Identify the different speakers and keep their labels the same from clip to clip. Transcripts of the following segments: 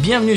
Speaker 1: Bienvenue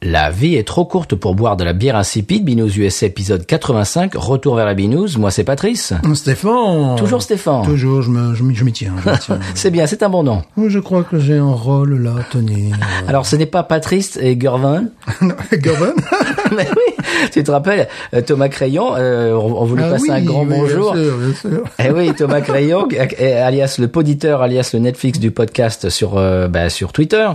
Speaker 1: La vie est trop courte pour boire de la bière insipide. BNews USA épisode 85, retour vers la BNews. Moi c'est Patrice.
Speaker 2: Hein, Stéphane.
Speaker 1: Toujours Stéphane.
Speaker 2: Toujours, je me- je m'y je m'y tiens. Je, m'y tiens.
Speaker 1: C'est bien, c'est un bon nom.
Speaker 2: Oui, je crois que j'ai un rôle là, tenez.
Speaker 1: Alors ce n'est pas Patrice et Gervin,
Speaker 2: Govan
Speaker 1: Mais oui, tu te rappelles, euh, Thomas Crayon, euh, on on voulait passer un grand bonjour.
Speaker 2: Bien sûr, bien sûr.
Speaker 1: Eh oui, Thomas Crayon, euh, euh, alias le poditeur, alias le Netflix du podcast sur euh, bah, sur Twitter,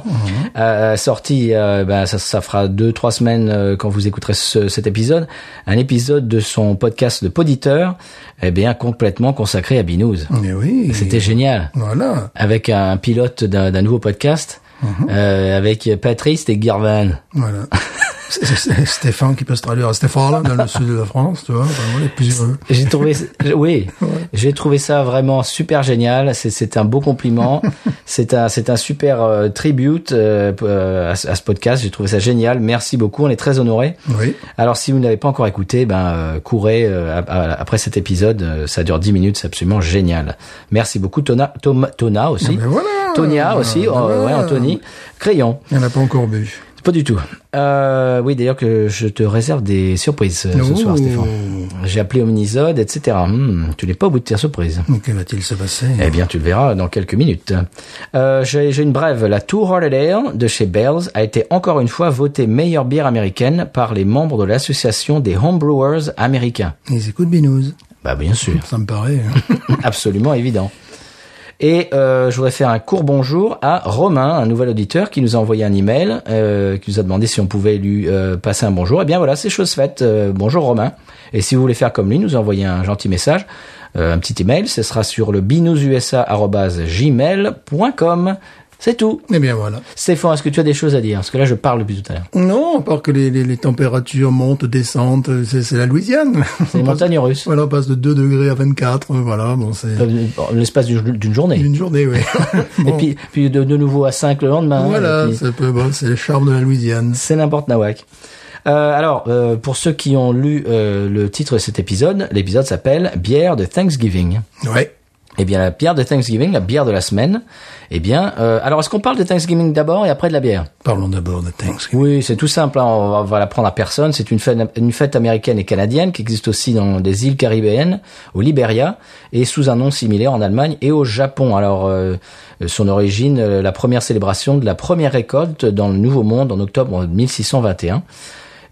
Speaker 1: euh, sorti, euh, bah, ça, ça fera deux trois semaines euh, quand vous écouterez ce- cet épisode, un épisode de son podcast le poditeur, eh bien complètement consacré à Binous.
Speaker 2: Mais oui.
Speaker 1: C'était génial,
Speaker 2: Voilà.
Speaker 1: avec un pilote d'un d'un nouveau podcast, euh, avec Patrice et Gervan.
Speaker 2: Voilà. C'est- c'est- c'est Stéphane qui peut se traduire à Stéphane, dans le sud de la France, tu vois. Enfin, voilà, plusieurs-
Speaker 1: J'ai trouvé, oui, j'ai trouvé ça vraiment super génial. C'est- C'est un beau compliment. c'est un, c'est un super euh, tribute euh, p- euh, à, ce- à ce podcast. J'ai trouvé ça génial. Merci beaucoup. On est très honorés.
Speaker 2: Oui.
Speaker 1: Alors, si vous ne l'avez pas encore écouté, ben euh, courez euh, ap- à- après cet épisode. Euh, Ça dure 10 minutes. C'est absolument génial. Merci beaucoup, Tona, Tom, Tona aussi.
Speaker 2: Ah, Mais voilà.
Speaker 1: Tonia aussi,
Speaker 2: Voilà.
Speaker 1: euh, ouais, Anthony, Crayon,
Speaker 2: Il n'y en a pas encore bu.
Speaker 1: pas du tout. Euh, oui, d'ailleurs que je te réserve des surprises euh, ce soir,
Speaker 2: Ouh.
Speaker 1: Stéphane. J'ai appelé Omnisode, etc. Hmm, tu n'es pas au bout de ta surprise.
Speaker 2: Que va-t-il se passer
Speaker 1: Eh bien, tu le verras dans quelques minutes. Euh, J'ai j'ai une brève. La Tour Holiday Ale de chez Bell's a été encore une fois votée meilleure bière américaine par les membres de l'association des homebrewers américains.
Speaker 2: Ils écoutent Binous.
Speaker 1: Bah, bien sûr.
Speaker 2: Ça me paraît. hein.
Speaker 1: Absolument évident. Et euh, je voudrais faire un court bonjour à Romain, un nouvel auditeur qui nous a envoyé un email, euh, qui nous a demandé si on pouvait lui euh, passer un bonjour. Et bien voilà, c'est chose faite. Euh, bonjour Romain. Et si vous voulez faire comme lui, nous envoyer un gentil message, euh, un petit email. Ce sera sur le binoususa@gmail.com. C'est tout.
Speaker 2: Eh bien, voilà.
Speaker 1: Stéphane, est-ce que tu as des choses à dire Parce que là, je parle depuis tout à l'heure.
Speaker 2: Non, à part que les, les, les températures montent, descendent, euh, c'est c'est la Louisiane.
Speaker 1: C'est les montagnes russes.
Speaker 2: Voilà, on passe de 2 degrés à 24, euh, voilà, bon, c'est
Speaker 1: Euh, L'espace d'une d'une journée.
Speaker 2: une journée, oui.
Speaker 1: Et
Speaker 2: Bon,
Speaker 1: puis, puis de, de nouveau à 5 le lendemain. Et
Speaker 2: voilà,
Speaker 1: puis-
Speaker 2: ça peut- bon, c'est le charme de la Louisiane.
Speaker 1: C'est n'importe Nawak. Euh, alors, euh, pour ceux qui ont lu euh, le titre de cet épisode, l'épisode s'appelle Bière de Thanksgiving.
Speaker 2: Ouais.
Speaker 1: Eh bien, la bière de Thanksgiving, la bière de la semaine. Eh bien, euh, alors est-ce qu'on parle de Thanksgiving d'abord et après de la bière
Speaker 2: Parlons d'abord de Thanksgiving.
Speaker 1: Oui, c'est tout simple. hein, on va, on va l'apprendre à personne. C'est une fête, une fête américaine et canadienne qui existe aussi dans des îles caribéennes, au Liberia, et sous un nom similaire en Allemagne et au Japon. Alors, euh, son origine, euh, la première célébration de la première récolte dans le Nouveau Monde en octobre 1621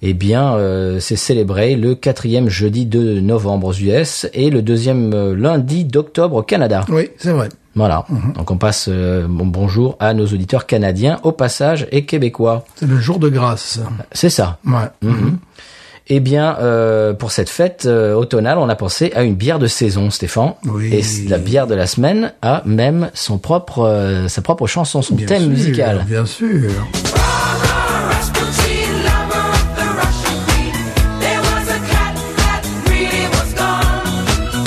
Speaker 1: eh bien, euh, c'est célébré le quatrième jeudi de novembre aux US et le deuxième euh, lundi d'octobre au Canada.
Speaker 2: Oui, c'est vrai.
Speaker 1: Voilà. Donc on passe euh, bon bonjour à nos auditeurs canadiens au passage et québécois.
Speaker 2: C'est le jour de grâce.
Speaker 1: C'est ça.
Speaker 2: Ouais.
Speaker 1: Eh bien, euh, pour cette fête euh, automnale, on a pensé à une bière de saison, Stéphane.
Speaker 2: Oui.
Speaker 1: Et la bière de la semaine a même son propre, euh, sa propre chanson, son
Speaker 2: Bien
Speaker 1: thème
Speaker 2: sûr,
Speaker 1: musical.
Speaker 2: Bien sûr.
Speaker 3: Rasputin, lover of the Russian queen. There was a cat that really was gone.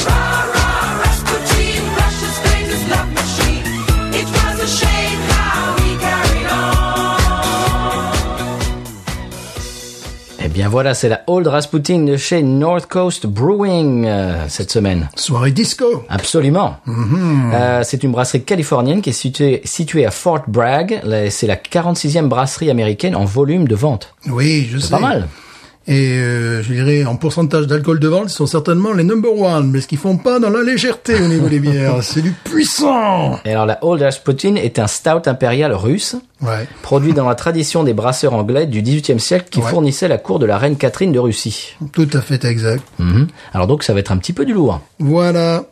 Speaker 3: Rah rah, Rasputin, Russia's famous love machine. It was a shame how he carried on.
Speaker 1: Eh bien voilà, c'est la Old Rasputin de chez North Coast Brewing euh, cette semaine.
Speaker 2: Soirée disco.
Speaker 1: Absolument.
Speaker 2: Mm-hmm.
Speaker 1: Euh, c'est une brasserie californienne qui est située, située à Fort Bragg. La- C'est la 46e brasserie américaine en volume de vente.
Speaker 2: Oui, je sais.
Speaker 1: C'est pas mal.
Speaker 2: Et euh, je dirais, en pourcentage d'alcool de vente, ils sont certainement les number one, mais ce qu'ils font pas dans la légèreté au niveau des bières, c'est du puissant.
Speaker 1: Et alors la Old Rasputin est un stout impérial russe.
Speaker 2: Ouais.
Speaker 1: produit dans la tradition des brasseurs anglais du XVIIIe siècle qui
Speaker 2: Ouais.
Speaker 1: fournissait la cour de la reine Catherine de Russie.
Speaker 2: Tout à fait exact.
Speaker 1: Mhm. Alors donc ça va être un petit peu du lourd.
Speaker 2: Voilà.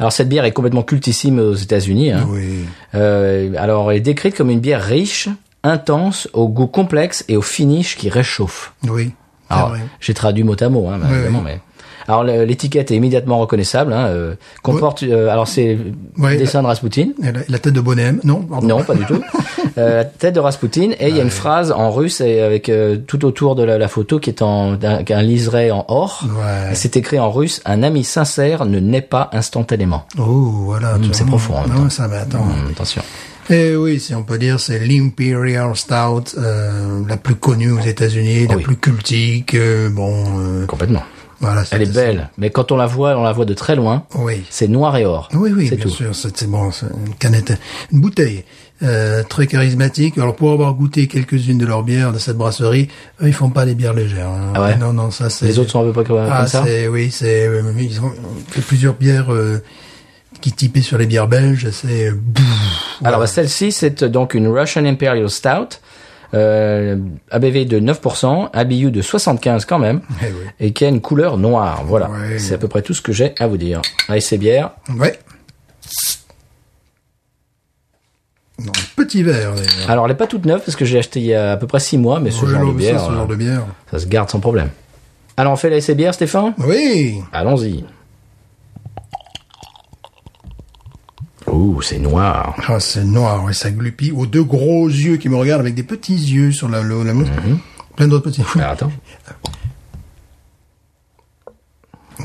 Speaker 1: Alors cette bière est complètement cultissime aux États-Unis. hein.
Speaker 2: Oui.
Speaker 1: Euh, alors elle est décrite comme une bière riche, intense, au goût complexe et au finish qui réchauffe.
Speaker 2: Oui. c'est
Speaker 1: Alors
Speaker 2: vrai.
Speaker 1: Ah. j'ai traduit mot à mot, hein, bah,
Speaker 2: Oui,
Speaker 1: évidemment,
Speaker 2: oui.
Speaker 1: mais Alors le- l'étiquette est immédiatement reconnaissable. Hein, euh, comporte, euh, alors c'est
Speaker 2: Ouais,
Speaker 1: dessin de Rasputin.
Speaker 2: Et La, la tête de Bonhomme, non pardon.
Speaker 1: Non, pas du tout. Euh, la tête de Rasputin et il y a une phrase en russe et avec euh, tout autour de la, la photo qui est en d'un qu'un liseré en or.
Speaker 2: Ouais.
Speaker 1: Et C'est écrit en russe un ami sincère ne naît pas instantanément.
Speaker 2: Oh, voilà. tu
Speaker 1: Mm, c'est
Speaker 2: vois.
Speaker 1: profond, en même
Speaker 2: Ah,
Speaker 1: temps.
Speaker 2: ça, mais attends.
Speaker 1: Hum, attention.
Speaker 2: Eh oui, si on peut dire, c'est l'Imperial Stout, euh, la plus connue aux États-Unis, la
Speaker 1: Ah oui.
Speaker 2: plus cultique. euh, bon, euh,
Speaker 1: Complètement.
Speaker 2: voilà.
Speaker 1: Elle est
Speaker 2: c'était ça.
Speaker 1: belle, mais quand on la voit, on la voit de très loin.
Speaker 2: Oui.
Speaker 1: C'est noir et or.
Speaker 2: Oui, oui,
Speaker 1: c'est
Speaker 2: bien
Speaker 1: tout.
Speaker 2: sûr. C'est c'est bon, c'est une canette, une bouteille euh, très charismatique. Alors pour avoir goûté quelques-unes de leurs bières de cette brasserie, eux, ils font pas les bières légères. hein.
Speaker 1: Ah ouais
Speaker 2: Non, non, ça c'est.
Speaker 1: Les autres sont un peu pas comme,
Speaker 2: Ah,
Speaker 1: Euh, comme ça.
Speaker 2: c'est oui, c'est euh, ils ont fait plusieurs bières euh, qui tipaient sur les bières belges. C'est euh, bouf.
Speaker 1: Alors bah, celle-ci, c'est euh, donc une Russian Imperial Stout, euh, ABV de 9%, ABU de 75 quand même,
Speaker 2: Eh oui.
Speaker 1: et qui a une couleur noire. Voilà,
Speaker 2: Ouais.
Speaker 1: c'est à peu près tout ce que j'ai à vous dire. Allez, c'est bière.
Speaker 2: Ouais. Dans un petit verre. d'ailleurs.
Speaker 1: Alors elle est pas toute neuve parce que j'ai acheté il y a à peu près 6 mois, mais ce
Speaker 2: Oh là
Speaker 1: genre
Speaker 2: là,
Speaker 1: de
Speaker 2: mais ça,
Speaker 1: bière,
Speaker 2: ce genre de bière.
Speaker 1: euh, ça se garde sans problème. Alors on fait la essai bière, Stéphane
Speaker 2: Oui.
Speaker 1: Allons-y. Ouh, c'est noir.
Speaker 2: Ah, c'est noir, et ça glupit aux deux gros yeux qui me regardent avec des petits yeux sur la, la, la mousse.
Speaker 1: Mhm.
Speaker 2: Plein d'autres petits.
Speaker 1: Alors, Ah, attends.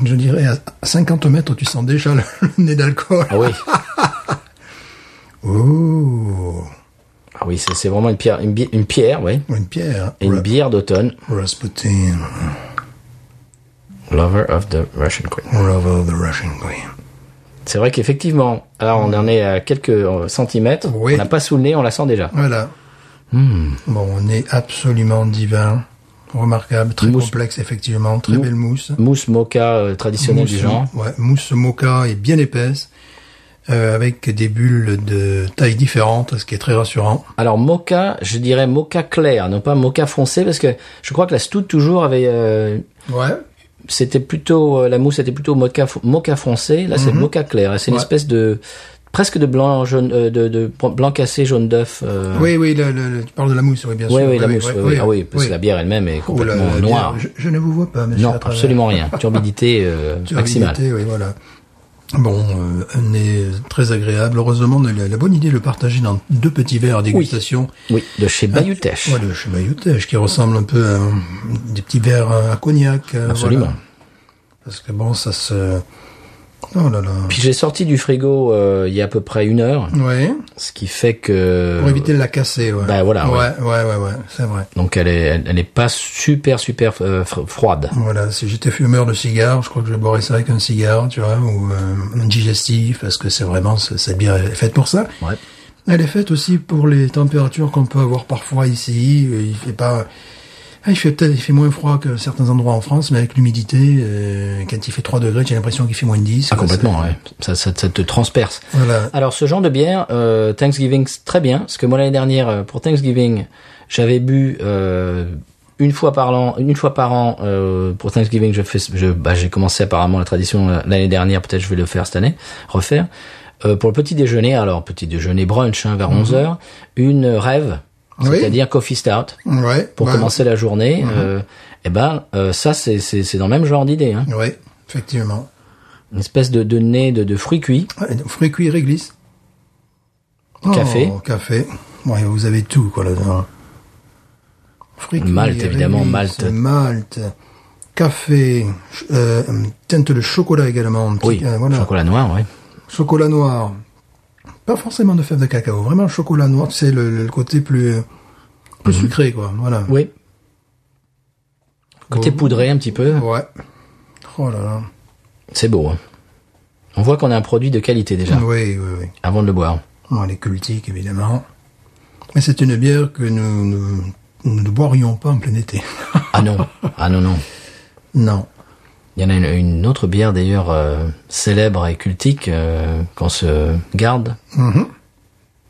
Speaker 2: Je dirais à 50 mètres, tu sens déjà le, le nez d'alcool.
Speaker 1: Ah oui,
Speaker 2: Oh,
Speaker 1: ah oui, c'est c'est vraiment une pierre, une, bi- une pierre, oui,
Speaker 2: une pierre. hein.
Speaker 1: et une
Speaker 2: Ra-
Speaker 1: bière d'automne.
Speaker 2: Rasputin,
Speaker 1: Lover of the Russian Queen.
Speaker 2: Ravel the Russian Queen.
Speaker 1: C'est vrai qu'effectivement, là on en est à quelques euh, centimètres.
Speaker 2: Oui.
Speaker 1: On n'a pas sous le nez, on la sent déjà.
Speaker 2: Voilà.
Speaker 1: Hmm.
Speaker 2: Bon, on est absolument divin. Remarquable, très
Speaker 1: Mousse.
Speaker 2: complexe, effectivement. Très belle mousse.
Speaker 1: Mousse mocha euh, traditionnelle
Speaker 2: mousse,
Speaker 1: du genre.
Speaker 2: ouais, mousse mocha est bien épaisse, euh, avec des bulles de taille différente, ce qui est très rassurant.
Speaker 1: Alors mocha, je dirais mocha clair, non pas mocha foncé, parce que je crois que la stout toujours avait, euh,
Speaker 2: Ouais.
Speaker 1: c'était plutôt euh, la mousse était plutôt mocha fo- mocha foncé. Là c'est mocha clair. C'est une
Speaker 2: Mhm. Ouais.
Speaker 1: espèce de presque de blanc jaune, euh, de, de blanc cassé jaune d'œuf. euh,
Speaker 2: Ah. Oui, oui, le- le- le- tu parles de la mousse, oui, bien
Speaker 1: Oui,
Speaker 2: sûr.
Speaker 1: oui, la mousse. oui, oui. Ah oui, parce que la bière elle-même est
Speaker 2: Oh là
Speaker 1: complètement
Speaker 2: là,
Speaker 1: noire.
Speaker 2: bien, Je, je ne vous vois pas, monsieur.
Speaker 1: Non,
Speaker 2: à travers.
Speaker 1: absolument rien. Turbidité euh,
Speaker 2: Turbidité,
Speaker 1: maximale.
Speaker 2: oui, voilà. Bon, euh, un nez très agréable. Heureusement, on a la, la bonne idée de le partager dans deux petits verres à dégustation.
Speaker 1: Oui, de chez Bayutech.
Speaker 2: Ouais, le chemayoutage qui ressemble un peu à un- des petits verres à cognac. euh,
Speaker 1: Absolument.
Speaker 2: voilà. Parce que bon, ça se... Oh là là.
Speaker 1: Puis j'ai sorti du frigo euh, il y a à peu près une heure,
Speaker 2: Ouais,
Speaker 1: ce qui fait que
Speaker 2: pour éviter de la casser, ouais.
Speaker 1: bah, euh, voilà,
Speaker 2: Ouais,
Speaker 1: ouais.
Speaker 2: ouais, ouais, ouais, c'est vrai.
Speaker 1: donc elle est elle, elle est pas super super euh, fr- froide.
Speaker 2: Voilà, si j'étais fumeur de cigare, je crois que je boirais ça avec un cigare, tu vois, ou euh, un digestif, parce que c'est vraiment, ce- cette bière est faite pour ça.
Speaker 1: Ouais.
Speaker 2: Elle est faite aussi pour les températures qu'on peut avoir parfois ici. Euh, Il fait pas, ah, il fait peut-être, il fait moins froid que certains endroits en France, mais avec l'humidité, euh, quand il fait 3 degrés, j'ai l'impression qu'il fait moins 10.
Speaker 1: Ah,
Speaker 2: quoi,
Speaker 1: complètement,
Speaker 2: c'est-
Speaker 1: ouais. ça, ça, ça te transperce.
Speaker 2: Voilà.
Speaker 1: Alors ce genre de bière, euh, Thanksgiving c'est très bien, parce que moi l'année dernière euh, pour Thanksgiving j'avais bu euh, une fois par an, une fois par an euh, pour Thanksgiving je fais, je, bah, j'ai commencé apparemment la tradition euh, l'année dernière, peut-être je vais le faire cette année, refaire. Euh, pour le petit déjeuner, alors petit déjeuner brunch hein, vers 11 h une euh,
Speaker 2: Mhm.
Speaker 1: rêve,
Speaker 2: Ah Oui.
Speaker 1: c'est-à-dire coffee stout
Speaker 2: Ouais.
Speaker 1: pour
Speaker 2: bah,
Speaker 1: commencer la journée. euh, eh ben euh, ça c'est c'est c'est dans le même genre d'idée, hein.
Speaker 2: Ouais, effectivement.
Speaker 1: une espèce de de nez de, de fruits cuits.
Speaker 2: Ouais, Fruits cuits, réglisse.
Speaker 1: Café.
Speaker 2: Oh, café. Ouais, vous avez tout, quoi, là-dedans. Fruits cuits,
Speaker 1: Malte, évidemment,
Speaker 2: réglisse,
Speaker 1: malte.
Speaker 2: Malte. Café. ch- euh, teinte de chocolat également. un petit-
Speaker 1: Oui,
Speaker 2: euh, voilà.
Speaker 1: chocolat noir, oui.
Speaker 2: Chocolat noir. Pas forcément de fèves de cacao. Vraiment, le chocolat noir, c'est le, le côté plus, euh, plus sucré, quoi. Voilà.
Speaker 1: Mhm. Oui. Côté
Speaker 2: Oh.
Speaker 1: poudré un petit peu,
Speaker 2: Ouais. Oh là là.
Speaker 1: c'est beau. hein. On voit qu'on a un produit de qualité déjà,
Speaker 2: Oui, oui, oui.
Speaker 1: avant de le boire.
Speaker 2: Bon, elle est cultique, évidemment. Mais c'est une bière que nous, nous, nous ne boirions pas en plein été.
Speaker 1: Ah non, ah non, non.
Speaker 2: non.
Speaker 1: Il y en a une, une autre bière d'ailleurs euh, célèbre et cultique euh, qu'on se garde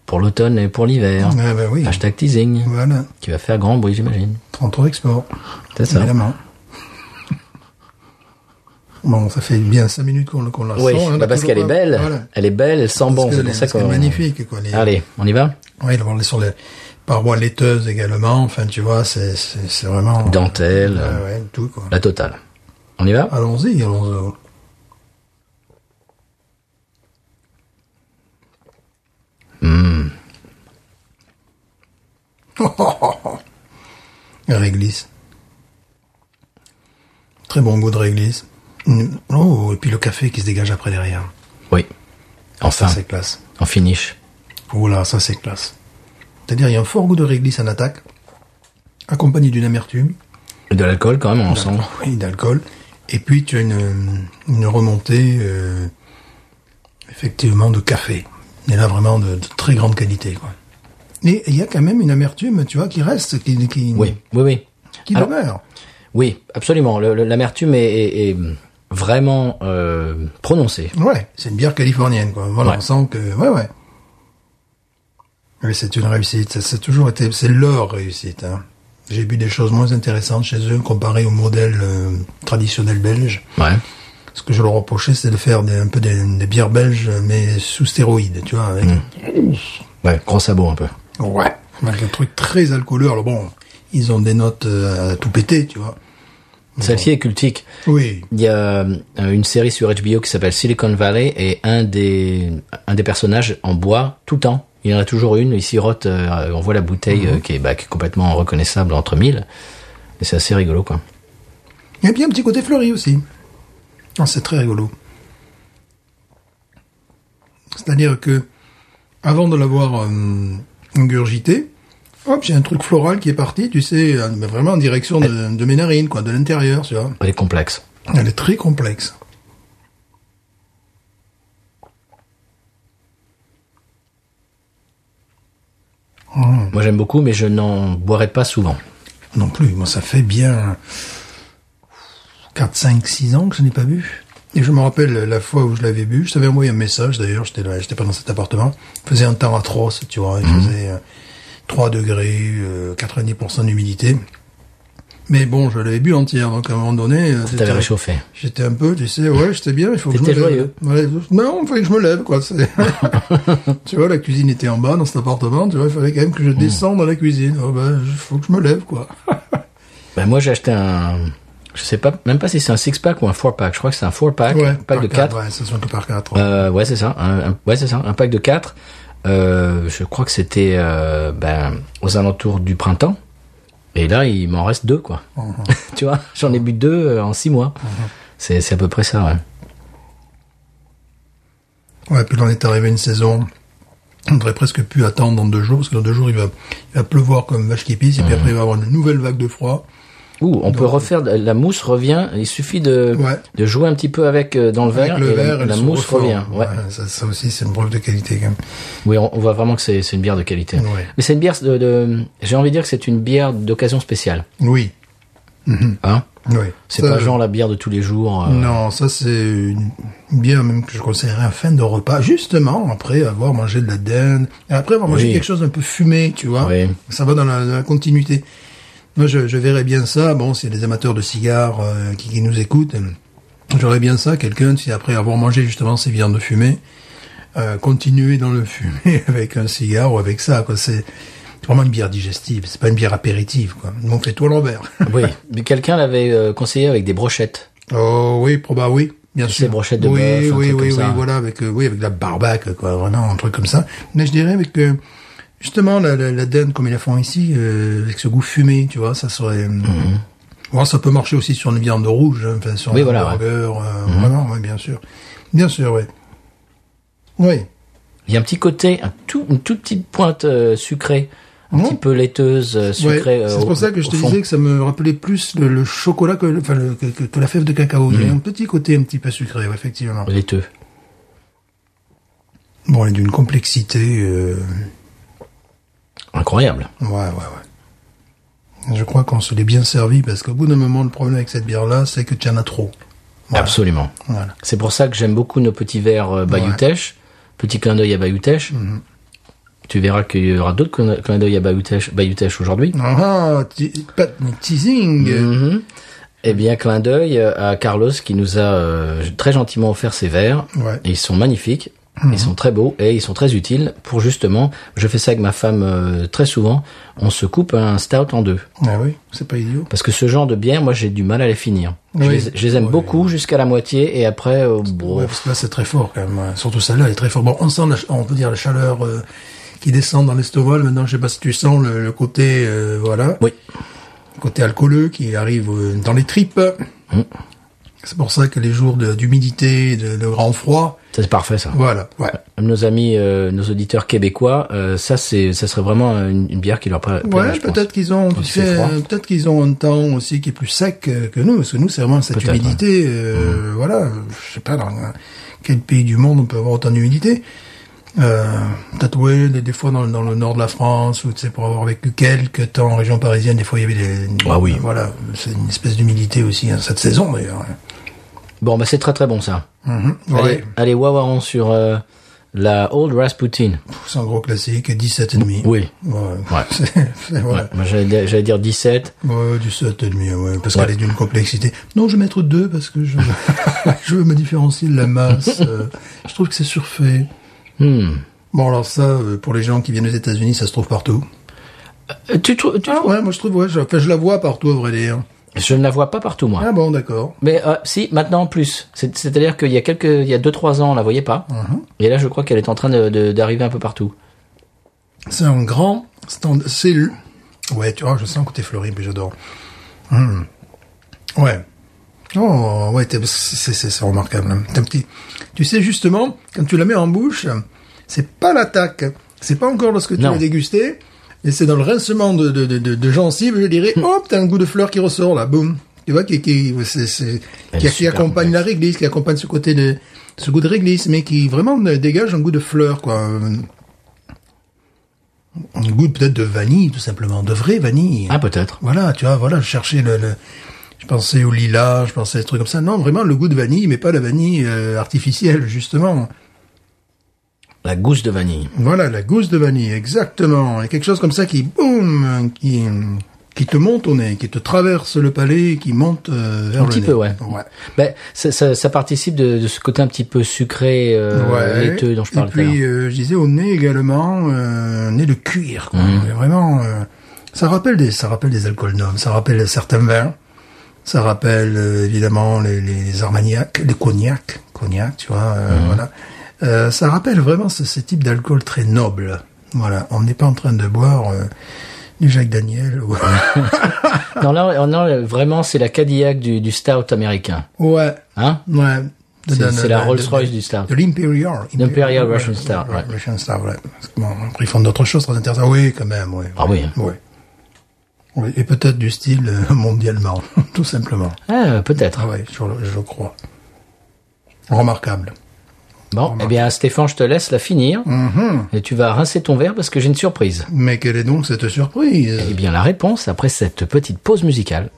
Speaker 1: pour l'automne et pour l'hiver.
Speaker 2: Mhm. Ah ben oui.
Speaker 1: Hashtag teasing,
Speaker 2: Voilà.
Speaker 1: qui va faire grand bruit j'imagine.
Speaker 2: 33 export.
Speaker 1: C'est ça.
Speaker 2: Évidemment. Bon, ça fait bien 5 minutes qu'on qu'on la
Speaker 1: Oui,
Speaker 2: sent. hein,
Speaker 1: bah,
Speaker 2: la
Speaker 1: parce qu'elle est
Speaker 2: toujours pas-
Speaker 1: belle,
Speaker 2: Voilà.
Speaker 1: elle est belle, elle sent bon,
Speaker 2: Parce que
Speaker 1: c'est pour
Speaker 2: les-
Speaker 1: ça
Speaker 2: parce qu'elle
Speaker 1: qu'on...
Speaker 2: est magnifique, quoi. les-
Speaker 1: Allez, on y va
Speaker 2: Oui, le voir sur les parois laiteuses également. Enfin, tu vois, c'est c'est c'est vraiment
Speaker 1: Dentelle,
Speaker 2: Ouais,
Speaker 1: euh,
Speaker 2: ouais, tout quoi.
Speaker 1: la totale. On y va
Speaker 2: Ah. Allons-y, allons-y. Hmm. réglisse. Très bon goût de réglisse. Mm. Oh, et puis le café qui se dégage après derrière.
Speaker 1: Oui. Enfin,
Speaker 2: Ça, c'est classe.
Speaker 1: en finish.
Speaker 2: Oh là, ça, c'est classe. C'est-à-dire, il y a un fort goût de réglisse en attaque, accompagné d'une amertume.
Speaker 1: Et de l'alcool quand même, on sent.
Speaker 2: Oui, d'alcool. Et puis tu as une, une remontée euh, effectivement de café. Et là vraiment de, de très grande qualité. Quoi. Et il y a quand même une amertume, tu vois, qui reste, qui, qui,
Speaker 1: Oui, oui, oui.
Speaker 2: qui
Speaker 1: Alors-
Speaker 2: demeure.
Speaker 1: Oui, absolument. Le- le- L'amertume est, est- est vraiment euh, prononcée.
Speaker 2: Ouais, c'est une bière californienne, quoi. Voilà,
Speaker 1: Ouais.
Speaker 2: on sent que, ouais, ouais. Mais c'est une réussite. Ça, ça a toujours été, c'est leur réussite. hein. J'ai bu des choses moins intéressantes chez eux comparé au modèle euh, traditionnel belge.
Speaker 1: Ouais.
Speaker 2: Ce que je leur reprochais, c'est de faire des, un peu des, des bières belges, mais sous stéroïdes, tu vois. Avec...
Speaker 1: Ouais, gros sabot un peu.
Speaker 2: Ouais. Avec un truc très alcooleux. Alors bon, ils ont des notes euh, à tout péter, tu vois.
Speaker 1: Celle-ci est cultique.
Speaker 2: Oui.
Speaker 1: Il y a euh, une série sur HBO qui s'appelle Silicon Valley et un des, un des personnages en boit tout le temps. Il y en a toujours une, il sirote, euh, on voit la bouteille euh, qui, est, bah, qui est complètement reconnaissable entre mille. Et c'est assez rigolo, quoi.
Speaker 2: Et puis un petit côté fleuri aussi. Ah, c'est très rigolo. C'est-à-dire que, avant de l'avoir euh, ingurgité, hop, j'ai un truc floral qui est parti, tu sais, euh, mais vraiment en direction de, de mes narines, quoi, de l'intérieur, tu vois.
Speaker 1: Elle est complexe.
Speaker 2: Elle est très complexe.
Speaker 1: Moi, j'aime beaucoup, mais je n'en boirai pas souvent.
Speaker 2: Non plus. Moi, ça fait bien 4, 5, 6 ans que je n'ai pas bu. Et je me rappelle la fois où je l'avais bu, je t'avais envoyé un message, d'ailleurs, j'étais là, j'étais pas dans cet appartement. Il faisait un temps atroce, tu vois, il
Speaker 1: Mhm.
Speaker 2: faisait euh, 3 degrés, euh, 90% d'humidité. Mais bon, je l'avais bu entière, donc à un moment donné... euh,
Speaker 1: T'avais
Speaker 2: c'était-
Speaker 1: réchauffé.
Speaker 2: J'étais un peu, tu sais, ouais, j'étais bien, il faut que je me
Speaker 1: T'étais
Speaker 2: lève.
Speaker 1: joyeux.
Speaker 2: Voilà, je- non, il fallait que je me lève, quoi. c'est- tu vois, la cuisine était en bas dans cet appartement, tu vois, il fallait quand même que
Speaker 1: Mhm.
Speaker 2: je descende dans la cuisine. Oh, ben, il faut que je me lève, quoi.
Speaker 1: Ben, moi, j'ai acheté un, je sais pas, même pas si c'est un six-pack ou un four-pack. Je crois que c'est un four-pack, un pack
Speaker 2: par
Speaker 1: de
Speaker 2: quatre,
Speaker 1: quatre.
Speaker 2: Ouais, ça se vend que par 4.
Speaker 1: Euh, ouais, c'est ça. Un, un- ouais, c'est ça. Un pack de 4. Euh, je crois que c'était euh, ben, aux alentours du printemps. Et là, il m'en reste deux, quoi.
Speaker 2: Mhm.
Speaker 1: tu vois, j'en ai bu deux euh, en six mois. C'est c'est à peu près ça, ouais.
Speaker 2: Ouais, puis là, on est arrivé à une saison. On aurait presque pu attendre dans deux jours, parce que dans deux jours, il va, il va pleuvoir comme vache qui pisse, et puis après, il va y avoir une nouvelle vague de froid.
Speaker 1: Ouh, on peut refaire, de- la mousse revient, il suffit de,
Speaker 2: Ouais.
Speaker 1: de jouer un petit peu avec euh, dans le verre,
Speaker 2: Avec le
Speaker 1: et la-
Speaker 2: verre,
Speaker 1: la,
Speaker 2: elle se
Speaker 1: mousse
Speaker 2: reforme.
Speaker 1: revient. Ouais.
Speaker 2: ça, ça aussi, c'est une preuve de qualité, quand même.
Speaker 1: Oui, on, on voit vraiment que c'est c'est une bière de qualité.
Speaker 2: Ouais.
Speaker 1: Mais c'est une bière de, de- j'ai envie de dire que c'est une bière d'occasion spéciale.
Speaker 2: Oui,
Speaker 1: Hein
Speaker 2: oui.
Speaker 1: c'est
Speaker 2: Ça,
Speaker 1: pas
Speaker 2: je-
Speaker 1: genre la bière de tous les jours. euh,
Speaker 2: Non, ça c'est une bière même que je conseillerais à fin de repas, justement après avoir mangé de la dinde, et après avoir mangé
Speaker 1: Oui.
Speaker 2: quelque chose d'un peu fumé, tu vois.
Speaker 1: Oui.
Speaker 2: Ça va dans la, dans la continuité. Moi, je, je verrais bien ça. Bon, s'il y a des amateurs de cigares euh, qui, qui nous écoutent, euh, j'aurais bien ça. Quelqu'un, si après avoir mangé justement ces viandes fumées, euh, continuer dans le fumé avec un cigare ou avec ça, quoi. C'est vraiment une bière digestive. C'est pas une bière apéritive, quoi. Nous, On fait tout à l'envers.
Speaker 1: Oui, mais quelqu'un l'avait euh, conseillé avec des brochettes.
Speaker 2: Oh oui, probablement oui, bien
Speaker 1: Tu
Speaker 2: sûr.
Speaker 1: sais, brochette de
Speaker 2: oui,
Speaker 1: bœuf, un
Speaker 2: oui,
Speaker 1: truc
Speaker 2: oui,
Speaker 1: comme
Speaker 2: oui,
Speaker 1: ça.
Speaker 2: voilà, avec euh, oui, avec de la barbaque, quoi, vraiment un truc comme ça. Mais je dirais avec euh, justement la, la, la dinde comme ils la font ici, euh, avec ce goût fumé, tu vois, ça serait. euh, bon, ça peut marcher aussi sur une viande rouge, hein, enfin sur
Speaker 1: Mhm. Oui,
Speaker 2: un
Speaker 1: voilà, Mhm.
Speaker 2: burger, euh, vraiment, oui, bien sûr, bien sûr, oui, oui.
Speaker 1: Il y a un petit côté, un tout, une toute petite pointe euh, sucrée, un
Speaker 2: Mmh.
Speaker 1: petit peu laiteuse, euh,
Speaker 2: Ouais,
Speaker 1: sucrée. euh,
Speaker 2: c'est
Speaker 1: au-
Speaker 2: pour ça que je
Speaker 1: au
Speaker 2: te
Speaker 1: fond.
Speaker 2: disais que ça me rappelait plus le, le chocolat que, le- enfin, le- que, que- que la fève de cacao.
Speaker 1: Mhm.
Speaker 2: Il y a un petit côté un petit peu sucré, ouais, effectivement.
Speaker 1: Laiteux.
Speaker 2: Bon, elle est d'une complexité. euh,
Speaker 1: Incroyable.
Speaker 2: Ouais, ouais, ouais. Je crois qu'on se l'est bien servi parce qu'au bout d'un moment, le problème avec cette bière-là, c'est que tu en as trop. Voilà.
Speaker 1: Absolument.
Speaker 2: Voilà.
Speaker 1: C'est pour ça que j'aime beaucoup nos petits verres euh, Bayoutech. Petit clin d'œil à Bayoutech.
Speaker 2: Mm-hmm.
Speaker 1: Tu verras qu'il y aura d'autres clin- clins d'œil à Bayoutech, Bayoutech aujourd'hui.
Speaker 2: Ah, ti- pas- teasing.
Speaker 1: Mhm. Eh bien, clin d'œil euh, à Carlos qui nous a euh, très gentiment offert ses verres.
Speaker 2: Ouais. Mm-hmm.
Speaker 1: Et ils sont magnifiques. Ils sont très beaux et ils sont très utiles pour justement. Je fais ça avec ma femme euh, très souvent. On se coupe un stout en deux
Speaker 2: Ah oui, c'est pas idiot.
Speaker 1: parce que ce genre de bière, moi, j'ai du mal à les finir. Je,
Speaker 2: Oui.
Speaker 1: les, je les aime
Speaker 2: Ouais.
Speaker 1: beaucoup jusqu'à la moitié et après, euh, bon,
Speaker 2: Ouais, parce que là, c'est très fort quand même. hein. Surtout celle-là, elle est très forte. Bon, on sent, la ch- on peut dire, la chaleur euh, qui descend dans l'estomac. Maintenant, je sais pas si tu sens le, le côté, euh, voilà,
Speaker 1: oui.
Speaker 2: le côté alcooleux qui arrive euh, dans les tripes. C'est pour ça que les jours de- d'humidité, de, de grand froid,
Speaker 1: Ça, C'est parfait ça.
Speaker 2: voilà, ouais.
Speaker 1: Nos amis, euh, nos auditeurs québécois, euh, ça c'est, ça serait vraiment une, une bière qui leur plaît.
Speaker 2: Ouais, peut-être qu'ils ont, tu
Speaker 1: c'est
Speaker 2: sais,
Speaker 1: froid.
Speaker 2: euh, peut-être qu'ils ont un temps aussi qui est plus sec euh, que nous, parce que nous c'est vraiment cette
Speaker 1: Peut-être, Mmh.
Speaker 2: humidité. euh, Voilà, je sais pas dans quel pays du monde on peut avoir autant d'humidité. Euh, peut-être ouais, des, des fois dans, dans le nord de la France, ou tu sais, pour avoir vécu quelques temps en région parisienne, des fois il y avait des, euh,
Speaker 1: Ah oui.
Speaker 2: voilà, c'est une espèce d'humidité aussi hein, cette saison d'ailleurs.
Speaker 1: Bon, bah c'est très très bon ça.
Speaker 2: Mhm. Ouais,
Speaker 1: Allez, allez Wawaron sur euh, la Old Rasputin.
Speaker 2: c'est un gros classique, 17 et demi.
Speaker 1: Oui.
Speaker 2: Ouais, c'est- c'est- voilà.
Speaker 1: Ouais, moi, j'allais dire- j'allais dire 17.
Speaker 2: Ouais, du 7,5, ouais, parce
Speaker 1: Ouais.
Speaker 2: qu'elle est d'une complexité. Non, je vais mettre deux parce que je, je veux me différencier de la masse. euh, je trouve que c'est surfait.
Speaker 1: Hmm.
Speaker 2: Bon, alors ça, euh, pour les gens qui viennent aux États-Unis, ça se trouve partout.
Speaker 1: Euh, Tu trouves, tu
Speaker 2: Ah
Speaker 1: trouves-
Speaker 2: ouais, moi je trouve, ouais, je, enfin, je la vois partout, à vrai dire.
Speaker 1: Je ne la vois pas partout moi.
Speaker 2: Ah bon, d'accord.
Speaker 1: Mais euh, si, maintenant en plus. C'est- C'est-à-dire qu'il y a quelques, il y a deux trois ans, on la voyait pas.
Speaker 2: Mhm.
Speaker 1: Et là, je crois qu'elle est en train de- de- d'arriver un peu partout.
Speaker 2: C'est un grand stand. C'est le- Ouais, tu vois, je sens le côté fleuri, mais j'adore. Hum. Ouais. Oh, ouais, t'es- c'est c'est- c'est remarquable. hein. T'as un petit... Tu sais, justement, quand tu la mets en bouche, c'est pas l'attaque. C'est pas encore lorsque tu
Speaker 1: Non.
Speaker 2: l'as dégusté, mais c'est dans le rincement de, de, de, de, de gencives, je dirais,
Speaker 1: Hmm.
Speaker 2: hop, t'as un goût de fleur qui ressort, là, boum. Tu vois, qui, qui, c'est- c'est-
Speaker 1: Elle
Speaker 2: qui,
Speaker 1: est
Speaker 2: qui
Speaker 1: super
Speaker 2: accompagne
Speaker 1: complexe.
Speaker 2: la réglisse, qui accompagne ce côté de, ce goût de réglisse, mais qui vraiment euh, dégage un goût de fleur, quoi. Un goût peut-être de vanille, tout simplement, de vraie vanille.
Speaker 1: Ah peut-être.
Speaker 2: Voilà, tu vois, voilà, je cherchais le, le- je pensais au lilas, je pensais à des trucs comme ça. Non, vraiment le goût de vanille, mais pas la vanille euh, artificielle, justement.
Speaker 1: La gousse de vanille.
Speaker 2: Voilà, la gousse de vanille, exactement. Et quelque chose comme ça qui, boum, qui, qui te monte au nez, qui te traverse le palais, qui monte euh, vers
Speaker 1: Un
Speaker 2: le
Speaker 1: petit
Speaker 2: nez.
Speaker 1: peu, ouais.
Speaker 2: Ouais.
Speaker 1: Ben, ça, ça, ça participe de, de ce côté un petit peu sucré, euh,
Speaker 2: Ouais.
Speaker 1: laiteux dont je parlais
Speaker 2: Et
Speaker 1: tout à
Speaker 2: puis,
Speaker 1: l'heure.
Speaker 2: euh, je disais au nez également, euh, nez de cuir. Quoi.
Speaker 1: Mmh.
Speaker 2: Mais Vraiment, euh, ça rappelle des, ça rappelle des alcools nobles, ça rappelle certains vins, ça rappelle euh, évidemment les, les armagnacs, les cognacs, cognac, tu vois,
Speaker 1: Mmh.
Speaker 2: euh, voilà. Euh, ça rappelle vraiment ce, ce type d'alcool très noble. Voilà, on n'est pas en train de boire euh, du Jacques Daniel. Ou... euh,
Speaker 1: Non, là, non, là, vraiment, c'est la Cadillac du, du stout américain.
Speaker 2: ouais,
Speaker 1: Hein
Speaker 2: ouais. De-
Speaker 1: C'est-
Speaker 2: de-
Speaker 1: c'est
Speaker 2: de-
Speaker 1: la
Speaker 2: de-
Speaker 1: Rolls-Royce
Speaker 2: de-
Speaker 1: du stout.
Speaker 2: De l'Imperial.
Speaker 1: L'Imperial
Speaker 2: ouais,
Speaker 1: Ah. Russian Stout, ouais.
Speaker 2: Russian Stout, ouais. Parce que, bon, après, ils font d'autres choses très intéressantes. Oui, quand même, oui.
Speaker 1: Ah oui.
Speaker 2: Oui. Oui, Et peut-être du style euh, mondialement, tout simplement.
Speaker 1: Ah, peut-être.
Speaker 2: Ah ouais, je, le- je le crois. Remarquable.
Speaker 1: Bon, eh bien, Stéphane, je te laisse la finir. Et tu vas rincer ton verre parce que j'ai une surprise.
Speaker 2: Mais quelle est donc cette surprise
Speaker 1: Eh bien, la réponse après cette petite pause musicale.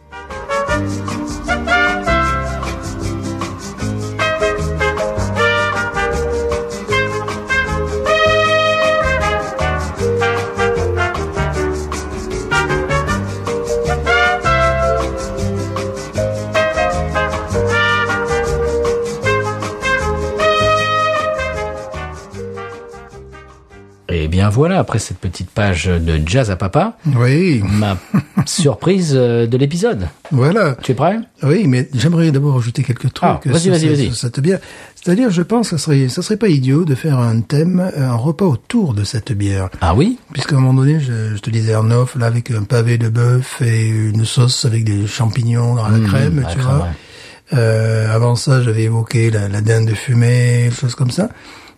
Speaker 1: Eh bien, voilà, après cette petite page de jazz à papa,
Speaker 2: Oui,
Speaker 1: ma surprise euh, de l'épisode.
Speaker 2: voilà.
Speaker 1: Tu es prêt
Speaker 2: Oui, mais j'aimerais d'abord ajouter quelques trucs.
Speaker 1: Ah, vas-y,
Speaker 2: sur
Speaker 1: vas-y,
Speaker 2: ce-
Speaker 1: vas-y.
Speaker 2: sur Cette bière. C'est-à-dire, je pense que ça serait, ça serait pas idiot de faire un thème, un repas autour de cette bière.
Speaker 1: Ah oui
Speaker 2: Puisqu'à un moment donné, je, je te disais un off, là, avec un pavé de bœuf et une sauce avec des champignons dans la crème,
Speaker 1: Mmh, la
Speaker 2: tu
Speaker 1: crème,
Speaker 2: vois.
Speaker 1: ouais.
Speaker 2: Euh, avant ça, j'avais évoqué la, la dinde fumée, des choses comme ça.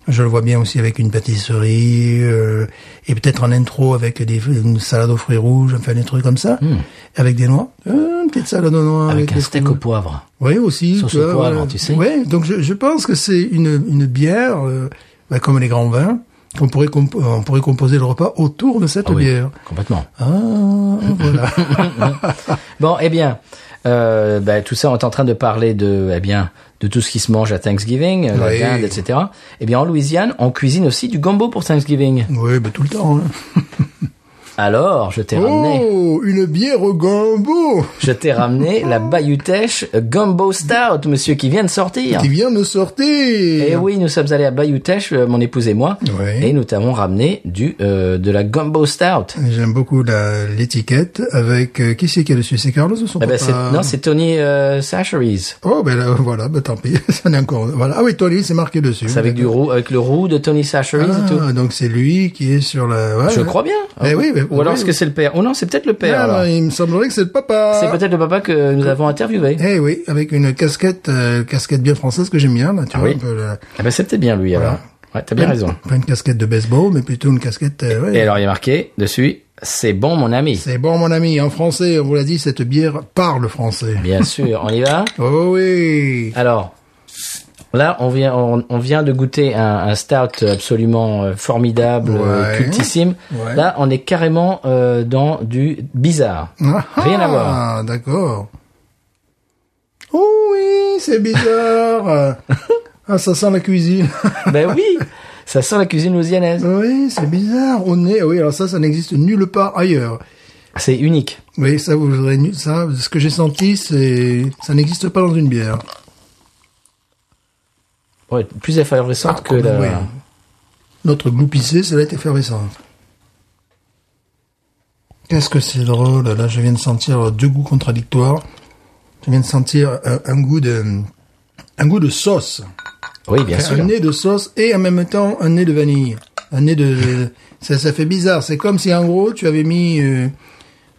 Speaker 2: Je le vois bien aussi avec une pâtisserie, euh, et peut-être en intro avec des, une salade aux fruits rouges, enfin des trucs comme ça, avec des noix. Euh, une petite salade aux noix.
Speaker 1: Mmh. Avec un
Speaker 2: des
Speaker 1: steak
Speaker 2: fruits
Speaker 1: au poivre.
Speaker 2: oui, aussi.
Speaker 1: Sauce
Speaker 2: tu
Speaker 1: au
Speaker 2: vois,
Speaker 1: poivre,
Speaker 2: voilà.
Speaker 1: tu sais.
Speaker 2: Ouais, donc je, je pense que c'est une, une bière, euh, bah, comme les grands vins, qu'on pourrait, comp- on pourrait composer le repas autour de cette
Speaker 1: Ah oui,
Speaker 2: bière.
Speaker 1: complètement.
Speaker 2: Ah, voilà.
Speaker 1: Bon, eh bien, euh, bah, tout ça, on est en train de parler de, eh bien, de tout ce qui se mange à Thanksgiving, euh,
Speaker 2: Oui.
Speaker 1: la dinde, etc. Eh bien, en Louisiane, on cuisine aussi du gombo pour Thanksgiving.
Speaker 2: oui, bah, tout le temps. hein.
Speaker 1: Alors, je t'ai ramené,
Speaker 2: Oh, une bière au gambo
Speaker 1: je t'ai ramené la Bayutech Gumbo Stout, monsieur, qui vient de sortir.
Speaker 2: qui vient de sortir.
Speaker 1: Et Eh oui, Eh nous sommes allés à Bayutech, euh, mon épouse et moi,
Speaker 2: Ouais.
Speaker 1: et nous t'avons ramené du euh, de la Gumbo Stout.
Speaker 2: J'aime beaucoup la- l'étiquette avec euh, qui c'est qui est dessus C'est Carlos ou son
Speaker 1: Eh ben, c'est-
Speaker 2: papa
Speaker 1: non, c'est Tony euh, Sacheries.
Speaker 2: Oh ben là, voilà, ben tant pis, ça n'est encore. Voilà. Ah oui, Tony, c'est marqué dessus.
Speaker 1: C'est avec du roux, avec le roux de Tony Sacheries et tout.
Speaker 2: Ah, donc c'est lui qui est sur la. ouais,
Speaker 1: Je
Speaker 2: ouais.
Speaker 1: crois bien.
Speaker 2: Eh oui, mais-
Speaker 1: Ou alors
Speaker 2: oui.
Speaker 1: est-ce que c'est le père Oh non, c'est peut-être le père.
Speaker 2: Ah,
Speaker 1: alors.
Speaker 2: il me semblerait que c'est le papa.
Speaker 1: C'est peut-être le papa que nous avons interviewé.
Speaker 2: Eh oui, avec une casquette, euh, casquette bien française que j'aime bien là, tu vois.
Speaker 1: oui.
Speaker 2: Un peu, la-
Speaker 1: Ah ben c'est peut-être bien lui alors. Ouais, t'as
Speaker 2: Eh.
Speaker 1: bien raison.
Speaker 2: Pas une casquette de baseball, mais plutôt une casquette. euh, ouais.
Speaker 1: Et alors il est marqué dessus, c'est bon mon ami.
Speaker 2: C'est bon, mon ami, en français, on vous l'a dit, cette bière parle français.
Speaker 1: Bien sûr, on y va.
Speaker 2: Oh oui.
Speaker 1: Alors là, on vient on, on vient de goûter un, un stout absolument euh, formidable, euh,
Speaker 2: Ouais.
Speaker 1: cultissime.
Speaker 2: Ouais.
Speaker 1: Là, on est carrément euh, dans du bizarre.
Speaker 2: Ah,
Speaker 1: Rien à
Speaker 2: ah,
Speaker 1: voir.
Speaker 2: D'accord. Oh oui, c'est bizarre. ah, ça sent la cuisine.
Speaker 1: ben oui, ça sent la cuisine louisianaise.
Speaker 2: oui, c'est bizarre. On est, oui, alors ça, ça n'existe nulle part ailleurs.
Speaker 1: C'est unique.
Speaker 2: Oui, ça, vous aurez, nu- ça, ce que j'ai senti, c'est, ça n'existe pas dans une bière.
Speaker 1: Ouais, plus effervescente que la.
Speaker 2: Ah, oh, Oui. Notre gloupissé, cela est effervescent. Qu'est-ce que c'est drôle. Là, je viens de sentir deux goûts contradictoires. Je viens de sentir un, un goût de, un goût de sauce.
Speaker 1: Oui, bien sûr.
Speaker 2: un nez de sauce et en même temps un nez de vanille. Un nez de, ça, ça fait bizarre. C'est comme si en gros tu avais mis euh,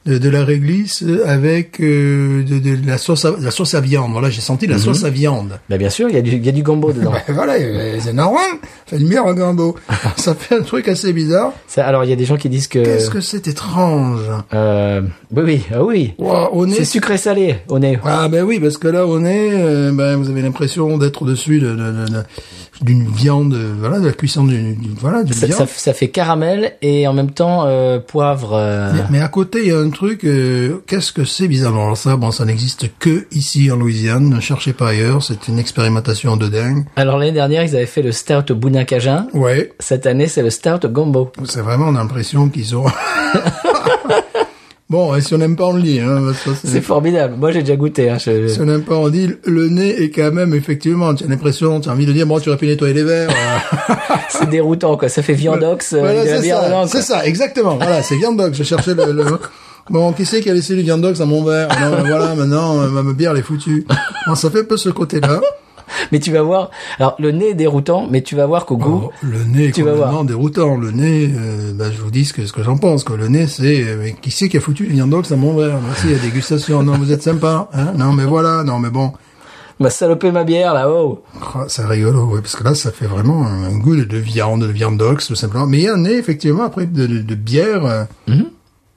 Speaker 2: de, de la réglisse avec euh, de, de la sauce, à, de la sauce à viande. Voilà, j'ai senti
Speaker 1: Mhm.
Speaker 2: la sauce à viande.
Speaker 1: Ben bien sûr, il y a du il y a du gombo dedans.
Speaker 2: Ben voilà, euh, c'est normal. C'est une bière à gambo. ça fait un truc assez bizarre.
Speaker 1: Ça, alors il y a des gens qui disent que.
Speaker 2: Qu'est-ce que c'est étrange.
Speaker 1: Euh, oui, oui, ah oui.
Speaker 2: Ouah, au nez.
Speaker 1: C'est sucré salé au nez.
Speaker 2: Ah ben oui, parce que là au nez, euh, ben vous avez l'impression d'être au-dessus de- de- de- de- d'une viande, euh, voilà, de la cuisson d'une, d'une- voilà, d'une
Speaker 1: Ça,
Speaker 2: viande.
Speaker 1: ça, ça fait caramel et en même temps euh, poivre. euh,
Speaker 2: Mais, mais à côté, il y a un truc, euh, qu'est-ce que c'est bizarrement Alors ça, bon, ça n'existe que ici en Louisiane, ne cherchez pas ailleurs, c'est une expérimentation de dingue.
Speaker 1: Alors l'année dernière, ils avaient fait le stout au boudin cajun.
Speaker 2: Ouais,
Speaker 1: Cette année, c'est le stout au gombo.
Speaker 2: c'est vraiment l'impression qu'ils ont. bon, et si on n'aime pas, on le dit. Hein, parce que
Speaker 1: C'est formidable. Moi, j'ai déjà goûté. Hein, je-
Speaker 2: si on n'aime pas, on dit, le nez est quand même, effectivement, tu as l'impression, tu as envie de dire, bon, tu aurais pu nettoyer les verres.
Speaker 1: C'est déroutant, quoi. Ça fait viandox. euh,
Speaker 2: Voilà,
Speaker 1: de la
Speaker 2: c'est
Speaker 1: bière dedans,
Speaker 2: ça, c'est
Speaker 1: quoi.
Speaker 2: ça, exactement. Voilà, c'est Viandox. Je cherchais le, le- Bon, qui c'est qui a laissé du Viandox à mon verre Ah non, Voilà, maintenant, euh, ma ma bière, elle est foutue. Bon, ça fait un peu ce côté-là.
Speaker 1: Mais tu vas voir. Alors le nez est déroutant, mais tu vas voir qu'au goût,
Speaker 2: Oh, le nez est
Speaker 1: Tu vas
Speaker 2: complètement
Speaker 1: voir.
Speaker 2: déroutant. Le nez, euh, bah, je vous dis ce que, ce que j'en pense. Quoi. Le nez, c'est euh, mais qui c'est qui a foutu du Viandox à mon verre Merci, la dégustation. Non, vous êtes sympa. Hein non, mais voilà, non, mais bon.
Speaker 1: m'a salopé ma bière là-haut.
Speaker 2: Oh, c'est rigolo, ouais, parce que là, ça fait vraiment un, un goût de, de viande, de viandox, tout simplement. Mais il y a un nez, effectivement, après, de, de- de bière. euh,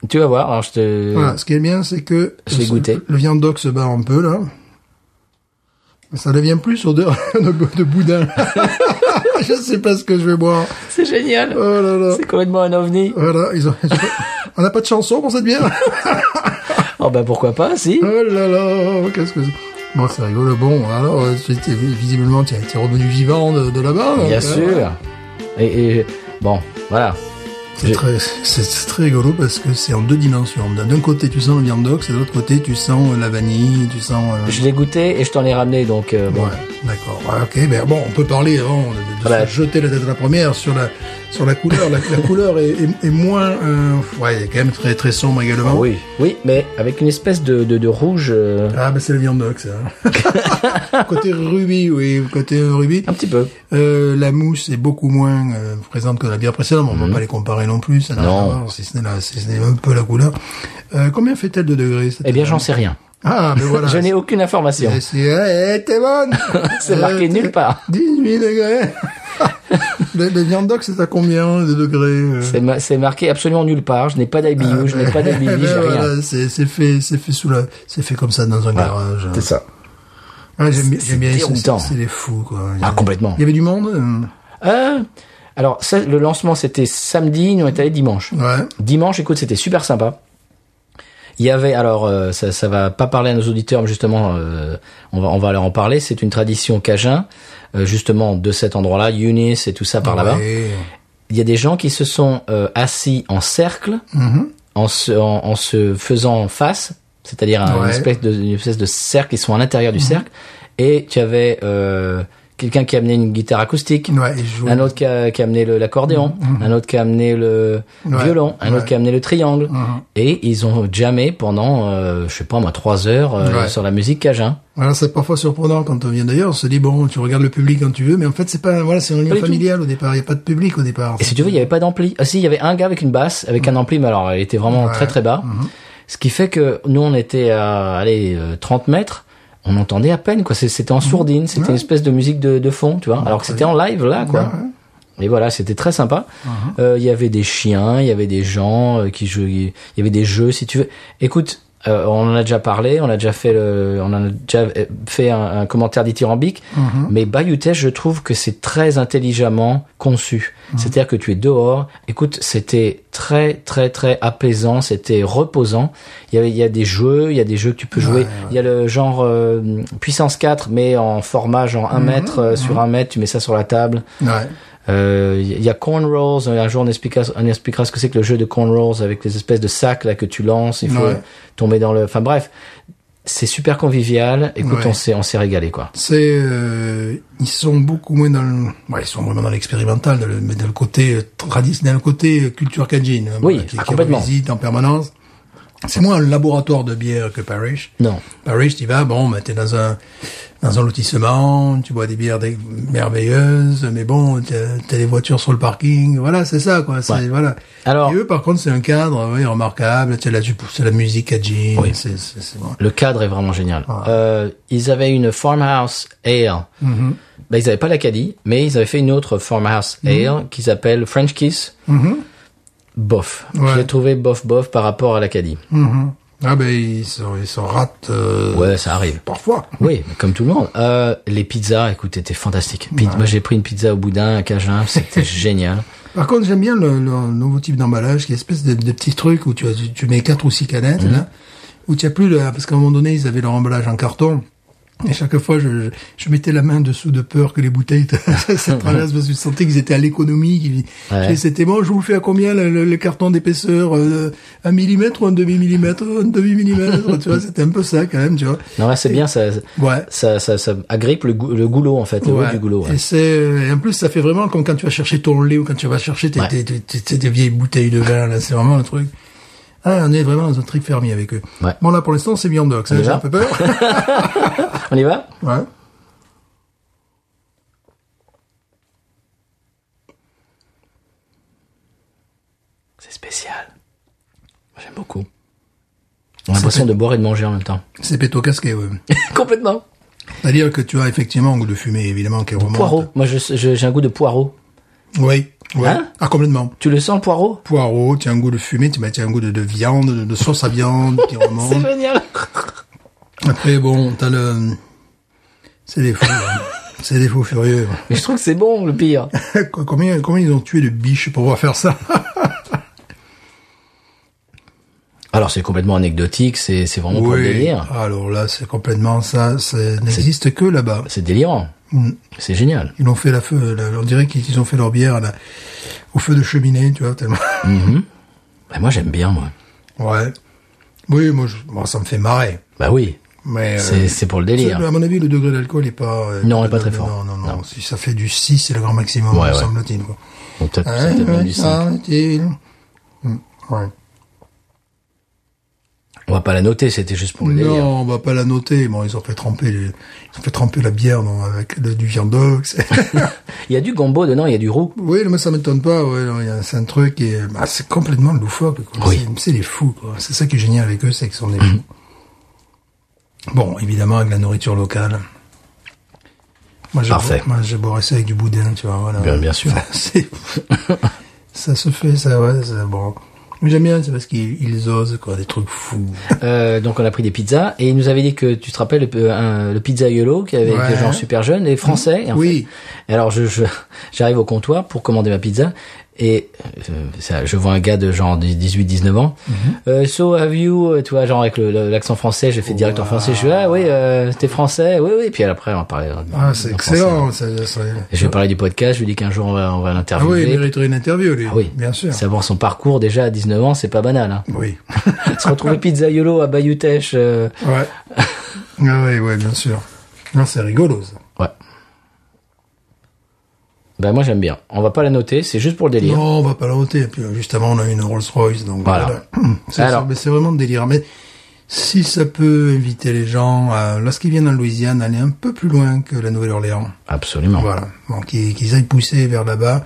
Speaker 1: Tu vas voir. Alors je te.
Speaker 2: Voilà, ce qui est bien, c'est que
Speaker 1: Je l'ai
Speaker 2: ce-
Speaker 1: goûté.
Speaker 2: le viandox se bat un peu là. Ça devient plus odeur de, de boudin. je sais pas ce que je vais boire.
Speaker 1: C'est génial.
Speaker 2: Oh là là.
Speaker 1: C'est complètement un ovni.
Speaker 2: Voilà, ils ont- on n'a pas de chanson pour cette bière.
Speaker 1: Oh ben pourquoi pas, si.
Speaker 2: oh là là, qu'est-ce que c'est Bon, c'est rigolo. Bon, alors, euh, tu étais- visiblement, tu es revenu vivant de, de là-bas. donc,
Speaker 1: Bien
Speaker 2: euh,
Speaker 1: sûr. Et, et- bon, voilà.
Speaker 2: C'est très, c'est- c'est très rigolo parce que c'est en deux dimensions. D'un d'un côté, tu sens le viandox, et de l'autre côté, tu sens euh, la vanille, tu sens. euh,
Speaker 1: Je l'ai goûté et je t'en ai ramené, donc euh, bon.
Speaker 2: Ouais, d'accord. Ouais, ok, mais bon, on peut parler avant de, de
Speaker 1: Ah bah.
Speaker 2: se jeter la tête à la première sur la sur la couleur. la, la couleur est, est- est moins, euh, ouais, elle est quand même très très sombre également.
Speaker 1: Ah oui, oui, mais avec une espèce de, de, de rouge euh,
Speaker 2: Ah bah c'est le viandox. hein. côté rubis, oui, côté rubis.
Speaker 1: un petit peu.
Speaker 2: Euh, la mousse est beaucoup moins euh, présente que la bière précédente. mais On va pas les comparer non plus. Ça n'a rien
Speaker 1: Non.
Speaker 2: à voir, si ce n'est la- si ce n'est un peu la couleur. Euh, combien fait-elle de degrés cette
Speaker 1: Eh bien, j'en
Speaker 2: bière
Speaker 1: sais rien.
Speaker 2: Ah, mais voilà.
Speaker 1: Je n'ai aucune information.
Speaker 2: C'est- C'est eh, eh, t'es bonne.
Speaker 1: C'est marqué
Speaker 2: Eh, t'es-
Speaker 1: nulle part.
Speaker 2: 18 degrés. le, le viandox, c'est à combien de degrés euh
Speaker 1: C'est ma- C'est marqué absolument nulle part. Je n'ai pas d'habillou, je n'ai pas
Speaker 2: Eh ben
Speaker 1: d'habillou, j'ai rien.
Speaker 2: voilà, c'est c'est fait, c'est fait sous la, c'est fait comme ça dans un garage.
Speaker 1: C'est ça.
Speaker 2: Ouais, j'aime bien,
Speaker 1: C'est
Speaker 2: j'aime bien c'est-
Speaker 1: déroutant.
Speaker 2: C'est des fous quoi. Il y
Speaker 1: Ah,
Speaker 2: avait-
Speaker 1: complètement.
Speaker 2: Il y avait du monde. euh,
Speaker 1: Euh, alors, ça, le lancement, c'était samedi, nous on est allés dimanche.
Speaker 2: Ouais.
Speaker 1: Dimanche, écoute, c'était super sympa. Il y avait alors euh, ça, ça va pas parler à nos auditeurs, mais justement, euh, on va on va leur en parler. C'est une tradition cajun, euh, justement de cet endroit-là, Yunis et tout ça par là-bas.
Speaker 2: Ouais.
Speaker 1: il y a des gens qui se sont euh, assis en cercle,
Speaker 2: Mhm.
Speaker 1: en, se, en, en se faisant face, c'est-à-dire un- une,
Speaker 2: Ouais. Mhm.
Speaker 1: espèce de, une espèce de cercle, ils sont à l'intérieur du cercle, et tu avais euh, quelqu'un qui amenait une guitare acoustique,
Speaker 2: Ouais, et je joue.
Speaker 1: un autre qui a, qui a amené le- l'accordéon, un autre qui a amené le
Speaker 2: Mhm. Ouais.
Speaker 1: violon, un autre
Speaker 2: Ouais.
Speaker 1: qui a amené le triangle,
Speaker 2: Mhm.
Speaker 1: et ils ont jamais pendant, euh, je sais pas moi, trois heures euh,
Speaker 2: Ouais.
Speaker 1: sur la musique cajun.
Speaker 2: Voilà, c'est parfois surprenant quand on vient d'ailleurs. On se dit bon, tu regardes le public quand tu veux, mais en fait c'est pas voilà, c'est un lien
Speaker 1: du tout.
Speaker 2: familial au départ. Il y a pas de public au départ.
Speaker 1: Et si tu veux, il n'y avait pas d'ampli. Ah si, il y avait un gars avec une basse, avec un ampli, mais alors elle était vraiment
Speaker 2: Ouais. Mhm.
Speaker 1: très très bas. Ce qui fait que nous, on était à allez, euh, 30 mètres, on entendait à peine, quoi. C'est- C'était en
Speaker 2: Mhm.
Speaker 1: sourdine, c'était une espèce de musique de, de fond, tu vois. alors que c'était en live, là, quoi. Et voilà, c'était très sympa.
Speaker 2: Uh-huh.
Speaker 1: Euh, Il y avait des chiens, il y avait des gens euh, qui jouaient, il y avait des jeux, si tu veux. Écoute, euh, on en a déjà parlé, on a déjà fait, le, on en a déjà euh, fait un, un commentaire dithyrambique,
Speaker 2: Uh-huh.
Speaker 1: mais Bayutech, je trouve que c'est très intelligemment conçu.
Speaker 2: Uh-huh.
Speaker 1: C'est-à-dire que tu es dehors. Écoute, c'était très, très, très apaisant, c'était reposant. Il y avait, il y a des jeux, il y a des jeux que tu peux jouer.
Speaker 2: Ouais,
Speaker 1: Il y a le genre euh, puissance 4, mais en format genre
Speaker 2: Mm-hmm.
Speaker 1: 1 mètre euh, sur 1 mètre, tu mets ça sur la table.
Speaker 2: Ouais.
Speaker 1: Euh, Il y a corn rolls. Un jour, on expliquera, on expliquera ce que c'est que le jeu de corn rolls avec les espèces de sacs là que tu lances. Il faut
Speaker 2: Ouais.
Speaker 1: tomber dans le. Enfin bref, c'est super convivial. Écoute,
Speaker 2: Ouais.
Speaker 1: on s'est on s'est régalé quoi.
Speaker 2: C'est euh, ils sont beaucoup moins dans le, ouais, ils sont vraiment dans l'expérimental, dans le, mais dans le côté euh, traditionnel, dans le côté euh, culture cajun, hein,
Speaker 1: Oui,
Speaker 2: voilà, qui,
Speaker 1: ah,
Speaker 2: qui
Speaker 1: complètement.
Speaker 2: revisite en permanence. C'est moins un laboratoire de bière que Parrish.
Speaker 1: Non.
Speaker 2: Parrish, Bah, tu y vas, bon, ben, t'es dans un, dans un lotissement, tu bois des bières des- merveilleuses, mais bon, t'as t'as des voitures sur le parking, voilà, c'est ça, quoi, c'est,
Speaker 1: Ouais.
Speaker 2: voilà.
Speaker 1: Alors-
Speaker 2: Et eux, par contre, c'est un cadre, oui, remarquable, t'as la, c'est la musique à jean, c'est, c'est, c'est bon.
Speaker 1: Le cadre est vraiment génial. Euh, ils avaient une farmhouse ale.
Speaker 2: Mm-hmm.
Speaker 1: Ben, ils n'avaient pas l'Acadie, mais ils avaient fait une autre farmhouse
Speaker 2: Mm-hmm.
Speaker 1: ale qui s'appelle French Kiss. Bof.
Speaker 2: Ouais.
Speaker 1: Je l'ai trouvé bof bof par rapport à l'Acadie.
Speaker 2: Mhm. Ah, ben, ils s'en, ils s'en ratent, euh,
Speaker 1: Ouais, ça arrive.
Speaker 2: parfois.
Speaker 1: Oui, mais comme tout le monde. Euh, les pizzas, écoute, étaient fantastiques. Pi- Moi, j'ai pris une pizza au boudin à Cajun, c'était génial.
Speaker 2: Par contre, j'aime bien le, le nouveau type d'emballage, qui est espèce de, de petit truc où tu, as- tu mets quatre ou six canettes, là, où tu as plus le, parce qu'à un moment donné, ils avaient leur emballage en carton. Et chaque fois, je, je, je mettais la main dessous de peur que les bouteilles te- se traversent parce que je sentais qu'ils étaient à l'économie. qu'ils-
Speaker 1: Ouais.
Speaker 2: Et C'était bon, je vous le fais à combien le, le- le carton d'épaisseur euh, Un millimètre ou un demi-millimètre Un demi-millimètre, tu vois, c'était un peu ça quand même, tu vois.
Speaker 1: Non, là, c'est bien, ça,
Speaker 2: Ouais.
Speaker 1: ça, ça, ça agrippe le, gou- le goulot, en fait, le goût
Speaker 2: Ouais.
Speaker 1: du goulot. ouais.
Speaker 2: Et c'est euh, et en plus ça fait vraiment comme quand tu vas chercher ton lait ou quand tu vas chercher tes,
Speaker 1: Ouais.
Speaker 2: tes, tes- tes- tes- tes vieilles bouteilles de vin là, c'est vraiment un truc. Ah, on est vraiment dans un truc fermier avec eux.
Speaker 1: Ouais.
Speaker 2: Bon là pour l'instant c'est Beyond Dogs, hein,
Speaker 1: Déjà
Speaker 2: j'ai un peu peur.
Speaker 1: On y va
Speaker 2: ouais.
Speaker 1: C'est spécial. Moi, J'aime beaucoup. On a l'impression de boire et de manger en même temps.
Speaker 2: C'est péto casqué, ouais.
Speaker 1: Complètement.
Speaker 2: C'est-à-dire que tu as effectivement un goût de fumée évidemment qui remonte.
Speaker 1: Poireau. Moi, je- je- j'ai un goût de poireau.
Speaker 2: Oui. Ouais.
Speaker 1: Hein
Speaker 2: ah complètement.
Speaker 1: Tu le sens, le poireau
Speaker 2: Poireau, tu as un goût de fumée, tu bah, tu as un goût de, de viande, de, de sauce à viande qui
Speaker 1: C'est
Speaker 2: remonte.
Speaker 1: génial.
Speaker 2: Après bon, t'as le c'est des fous. hein. c'est des fous furieux. ouais.
Speaker 1: Mais je trouve que c'est bon, le pire.
Speaker 2: Qu- Combien, combien ils ont tué de biches pour pouvoir faire ça
Speaker 1: Alors, c'est complètement anecdotique, c'est c'est vraiment pour le délire.
Speaker 2: Alors là, c'est complètement ça. Ça n'existe que là-bas.
Speaker 1: C'est délirant. C'est génial.
Speaker 2: Ils ont fait la feu. la- on dirait qu'ils ils ont fait leur bière à la- au feu de cheminée, tu vois. Tellement.
Speaker 1: Bah, moi, j'aime bien, moi.
Speaker 2: Ouais. Oui, moi, je- moi, ça me fait marrer.
Speaker 1: Bah oui.
Speaker 2: Mais euh,
Speaker 1: C'est c'est pour le
Speaker 2: c'est-
Speaker 1: délire.
Speaker 2: à mon avis, le degré d'alcool n'est pas. euh,
Speaker 1: Non, il est pas très
Speaker 2: non,
Speaker 1: fort.
Speaker 2: Non, non, non,
Speaker 1: Non.
Speaker 2: Si ça fait du 6, c'est le grand maximum,
Speaker 1: Ouais,
Speaker 2: me
Speaker 1: ouais.
Speaker 2: semble-t-il. quoi.
Speaker 1: Ou peut-être
Speaker 2: Hein,
Speaker 1: peut-être même
Speaker 2: ouais,
Speaker 1: du sang.
Speaker 2: semble-t-il. Hum, ouais.
Speaker 1: On va pas la noter, c'était juste pour le délire.
Speaker 2: Non, on va pas la noter. Bon, ils ont fait tremper, les- ils ont fait tremper la bière dans- avec le- du viandox.
Speaker 1: Il y a du gombo dedans, il y a du roux.
Speaker 2: oui, mais ça m'étonne pas. Ouais, non, il y a- c'est un truc qui est, bah, c'est complètement loufoque. quoi.
Speaker 1: Oui. Mhm.
Speaker 2: C'est- C'est des fous. quoi. C'est ça qui est génial avec eux, c'est qu'ils sont des fous. Bon, évidemment avec la nourriture locale. Moi, je
Speaker 1: Parfait.
Speaker 2: bois- Moi, je boirais ça avec du boudin, tu vois. Voilà.
Speaker 1: Bien- bien sûr.
Speaker 2: C'est- ça se fait, ça, ouais, c'est bon. Mais j'aime bien, c'est parce qu'ils ils osent, quoi, des trucs fous.
Speaker 1: Euh, donc on a pris des pizzas et il nous avait dit que tu te rappelles le, euh, un- le pizzaiolo qui avait
Speaker 2: Ouais.
Speaker 1: des gens super jeunes, les Français. et en
Speaker 2: Oui.
Speaker 1: fait- et alors je je- j'arrive au comptoir pour commander ma pizza Et euh, ça, je vois un gars de genre 18-19 ans.
Speaker 2: Mhm.
Speaker 1: Euh, so have you, euh, tu vois, genre avec le- le- l'accent français, j'ai fait direct en français. Je suis ah oui, euh, t'es français, oui oui. Et puis après on va parler. en-
Speaker 2: Ah,
Speaker 1: en
Speaker 2: c'est
Speaker 1: français.
Speaker 2: excellent. Ça, ça-
Speaker 1: Et je vais parler du podcast. Je lui dis qu'un jour on va, on va
Speaker 2: Ah oui, il
Speaker 1: l'interviewer.
Speaker 2: mériterait une interview, lui.
Speaker 1: Ah oui.
Speaker 2: Bien sûr.
Speaker 1: Savoir son parcours déjà à 19 ans, c'est pas banal. Hein.
Speaker 2: Oui.
Speaker 1: Se retrouver pizzaiolo à Bayutech. euh,
Speaker 2: Ouais. ah oui, ouais, bien sûr. Non, c'est rigolo, ça.
Speaker 1: Ouais. Bah moi j'aime bien. On va pas la noter, c'est juste pour le délire.
Speaker 2: Non, on va pas la voter. Et puis, euh, juste avant, on a une Rolls Royce, donc
Speaker 1: Voilà.
Speaker 2: voilà. C'est-
Speaker 1: Alors.
Speaker 2: c'est- mais C'est vraiment le délire. Mais si ça peut inviter les gens, à, lorsqu'ils viennent en Louisiane, à aller un peu plus loin que la Nouvelle-Orléans.
Speaker 1: Absolument.
Speaker 2: Voilà. Bon, qu'ils qu'ils aillent pousser vers là-bas.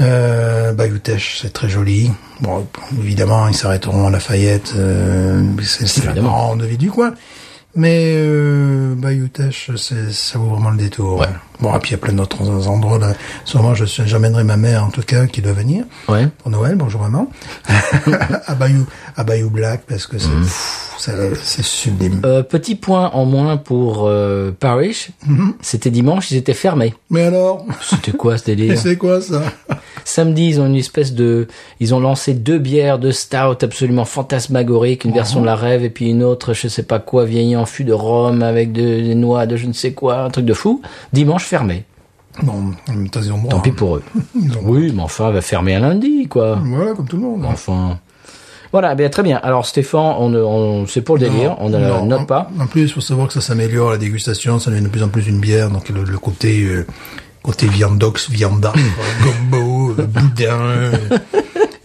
Speaker 2: Euh, Bayou Teche, c'est très joli. Bon, évidemment, ils s'arrêteront à Lafayette. Euh, c'est c'est la
Speaker 1: Évidemment.
Speaker 2: grande ville du coin. Mais euh, Bayou Teche, c'est ça vaut vraiment le détour. hein.
Speaker 1: Ouais.
Speaker 2: Bon, et puis il y a plein d'autres endroits. Là. Sûrement, je suis- j'amènerai ma mère, en tout cas, qui doit venir
Speaker 1: Ouais.
Speaker 2: pour Noël. Bonjour maman. à Bayou, à Bayou Black, parce que c'est
Speaker 1: Mm.
Speaker 2: pff, ça- c'est sublime.
Speaker 1: Euh, petit point en moins pour euh, Parish.
Speaker 2: Mhm.
Speaker 1: C'était dimanche, ils étaient fermés.
Speaker 2: Mais alors,
Speaker 1: C'était quoi ce
Speaker 2: et
Speaker 1: délire
Speaker 2: c'est quoi ça
Speaker 1: Samedi, ils ont une espèce de, ils ont lancé deux bières de stout absolument fantasmagoriques, une version
Speaker 2: Mhm.
Speaker 1: de la rêve et puis une autre, je sais pas quoi, vieillie en fût de rhum avec de, des noix de je ne sais quoi, un truc de fou. Dimanche fermé.
Speaker 2: Bon, en même temps, ils ont hein.
Speaker 1: Tant
Speaker 2: droit.
Speaker 1: pis pour eux.
Speaker 2: Ils ont-
Speaker 1: Oui, mais enfin, va fermer à lundi, quoi.
Speaker 2: Voilà, comme tout le monde. hein.
Speaker 1: Enfin. Voilà, eh bien, très bien. Alors Stéphane, on, on, c'est pour le délire, on ne la
Speaker 2: Non,
Speaker 1: note
Speaker 2: en-
Speaker 1: pas.
Speaker 2: En plus, faut savoir que ça s'améliore, la dégustation, ça devient de plus en plus une bière, donc le, le côté, euh, côté viandox, vianda, euh, gombo, euh, boudin, euh,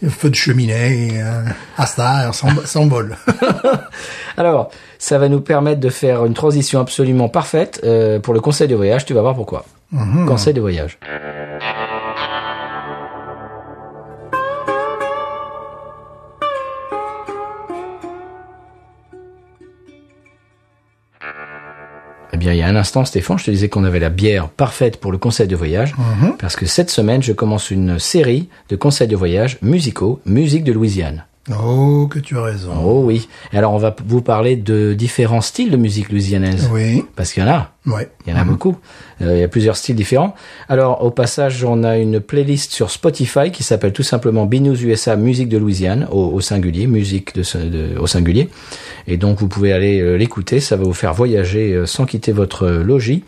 Speaker 2: feu de cheminée, euh, astar, s'en- s'envole.
Speaker 1: Alors, ça va nous permettre de faire une transition absolument parfaite euh, pour le conseil de voyage. Tu vas voir pourquoi. Conseil de voyage. Eh bien, il y a un instant, Stéphane, je te disais qu'on avait la bière parfaite pour le conseil de voyage, parce que cette semaine, je commence une série de conseils de voyage musicaux, musique de Louisiane.
Speaker 2: Oh, que tu as raison.
Speaker 1: Oh oui. Et alors on va p- vous parler de différents styles de musique louisianaise.
Speaker 2: Oui,
Speaker 1: Parce qu'il y en a.
Speaker 2: ouais.
Speaker 1: Il y en a beaucoup. Euh, il y a plusieurs styles différents. Alors au passage, on a une playlist sur Spotify qui s'appelle tout simplement Binous USA Musique de Louisiane au, au singulier, musique de, ce- de- au singulier. Et donc vous pouvez aller euh, l'écouter, ça va vous faire voyager euh, sans quitter votre euh, logis.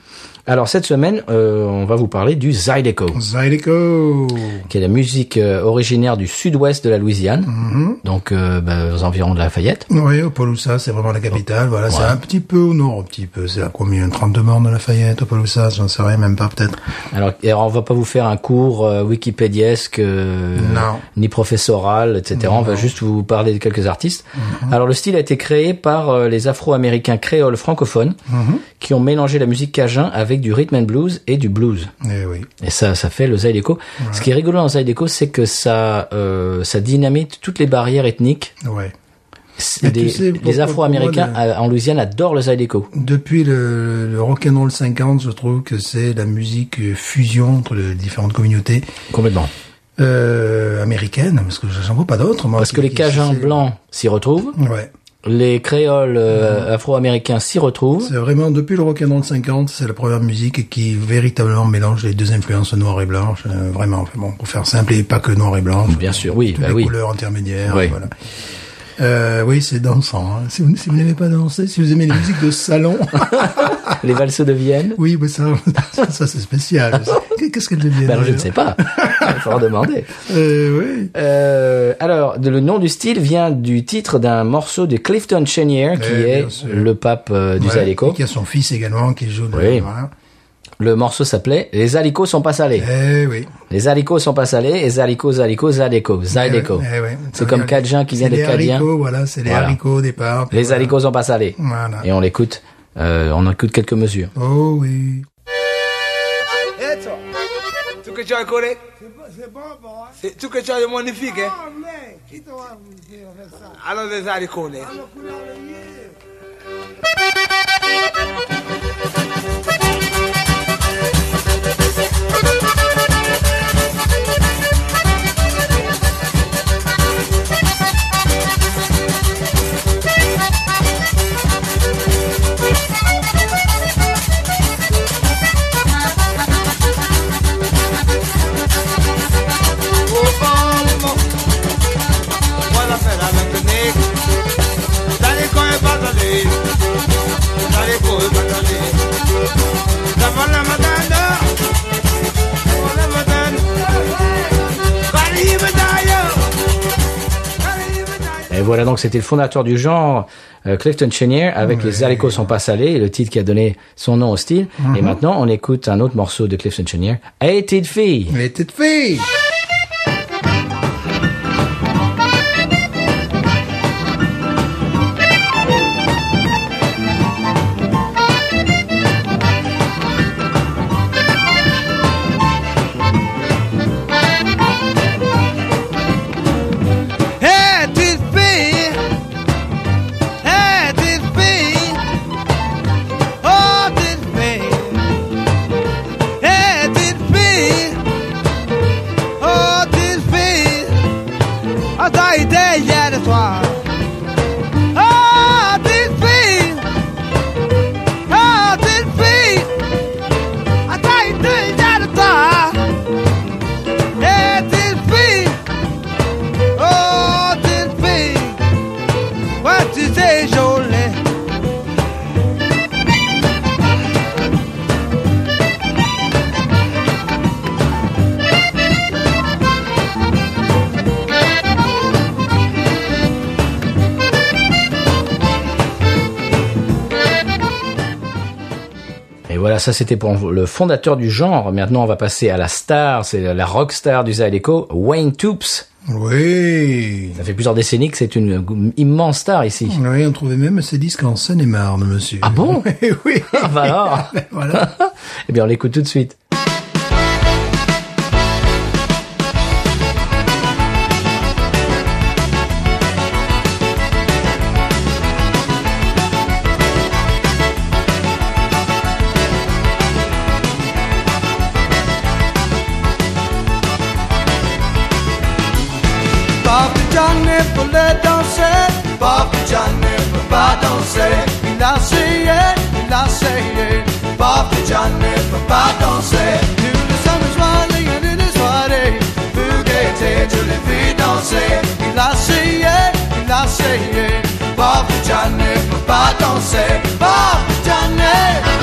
Speaker 1: Alors cette semaine, euh, on va vous parler du Zydeco
Speaker 2: Zydeco.
Speaker 1: qui est la musique euh, originaire du sud-ouest de la Louisiane, donc euh, bah, aux environs de Lafayette.
Speaker 2: Oui, Opelousa, c'est vraiment la capitale. Voilà, c'est un petit peu au nord, un petit peu. C'est à combien 30 bornes de Lafayette, Opelousa, j'en sais rien, même pas peut-être.
Speaker 1: Alors, et alors, on va pas vous faire un cours euh, wikipédiesque, euh,
Speaker 2: Non.
Speaker 1: ni professoral, etc. On va juste vous parler de quelques artistes.
Speaker 2: Mhm.
Speaker 1: Alors, le style a été créé par euh, les Afro-Américains créoles francophones
Speaker 2: Mhm.
Speaker 1: qui ont mélangé la musique cajun avec du rhythm and blues et du blues.
Speaker 2: Eh oui.
Speaker 1: Et ça, ça fait le Zydeco. Ce qui est rigolo dans Zydeco, c'est que ça, euh, ça dynamite toutes les barrières ethniques.
Speaker 2: Ouais.
Speaker 1: C'est
Speaker 2: Mais tu
Speaker 1: Des,
Speaker 2: sais, pour-
Speaker 1: les
Speaker 2: pour-
Speaker 1: Afro-Américains
Speaker 2: pour moi, le-
Speaker 1: à- en Louisiane adorent le Zydeco.
Speaker 2: Depuis le, le rock'n'roll 50, je trouve que c'est la musique euh, fusion entre les différentes communautés
Speaker 1: Complètement.
Speaker 2: euh, américaines, parce que j'en vois pas d'autres. moi,
Speaker 1: Parce
Speaker 2: qui-
Speaker 1: que les
Speaker 2: qui-
Speaker 1: Cajuns
Speaker 2: c'est-
Speaker 1: blancs s'y retrouvent,
Speaker 2: Ouais,
Speaker 1: les Créoles euh, afro-américains s'y retrouvent.
Speaker 2: c'est vraiment depuis le rock'n'roll 50, c'est la première musique qui véritablement mélange les deux influences noire et blanche, euh, vraiment. Enfin, bon, pour faire simple et pas que noir et blanche.
Speaker 1: Bien sûr, oui,
Speaker 2: toutes
Speaker 1: bah
Speaker 2: les
Speaker 1: oui.
Speaker 2: couleurs intermédiaires.
Speaker 1: Oui.
Speaker 2: Voilà. Euh, oui, c'est dansant. hein. Si vous, si vous n'aimez pas danser, si vous aimez les musiques de salon,
Speaker 1: Les valses de Vienne.
Speaker 2: oui, mais ça, ça, ça, c'est spécial. Qu'est-ce qu'elle devient
Speaker 1: Ben, je ne sais pas. Il va falloir demander.
Speaker 2: Euh, oui.
Speaker 1: Euh, alors, de- le nom du style vient du titre d'un morceau de Clifton Chenier, qui
Speaker 2: Eh, bien
Speaker 1: est
Speaker 2: sûr.
Speaker 1: le pape euh, du
Speaker 2: Ouais,
Speaker 1: Zydeco.
Speaker 2: et qui a son fils également qui joue.
Speaker 1: Oui.
Speaker 2: Oui. Voilà.
Speaker 1: Le morceau s'appelait Les alicots sont pas salés.
Speaker 2: Eh oui.
Speaker 1: Les alicots sont pas salés, et alicots, alicots, Zydeco. Zydeco.
Speaker 2: Eh oui.
Speaker 1: Ah, C'est comme Cajun qui vient
Speaker 2: C'est
Speaker 1: des
Speaker 2: les
Speaker 1: Cadiens.
Speaker 2: haricots, voilà, c'est les
Speaker 1: Voilà.
Speaker 2: haricots au départ. puis
Speaker 1: Les
Speaker 2: voilà.
Speaker 1: alicots sont pas salés.
Speaker 2: Voilà.
Speaker 1: Et on l'écoute, euh, on écoute quelques mesures.
Speaker 2: Oh oui.
Speaker 4: Eto. Tu que joy kore? Se eh. tu que joy monifique? Allora le zari kone.
Speaker 1: Voilà, donc c'était le fondateur du genre, euh, Clifton Chenier, avec les haricots sont pas salés, le titre qui a donné son nom au style. Et maintenant, on écoute un autre morceau de Clifton Chenier, Hated Fille.
Speaker 2: Les petites filles
Speaker 5: Had to be, had to be, oh, did be, had to be, oh, did be, I died there, yeah, that's why. Oh, did be, oh, did be, I died there, yeah, that's why. Had to be. Oh, this thing, what is it, Jolie?
Speaker 1: Et voilà, ça c'était pour le fondateur du genre. Maintenant, on va passer à la star, c'est la rock star du Zydeco, Wayne Toops.
Speaker 2: Oui
Speaker 1: Ça fait plusieurs décennies que c'est une immense star ici.
Speaker 2: Oui, on trouvait même ces disques en Seine-et-Marne, monsieur.
Speaker 1: Ah bon
Speaker 2: Oui, oui. Ben,
Speaker 1: Ah bah alors
Speaker 2: Voilà.
Speaker 1: Eh bien, on l'écoute tout de suite.
Speaker 5: Bobby John never let on say, Bobby John never bad on say, il a essayé, il a essayé, Bobby John never bad on say, nu le samma soirée, il est le soirée, vous guettez, je l'ai vu danser, il a essayé, il a essayé, Bobby John never bad on say, Bobby John never,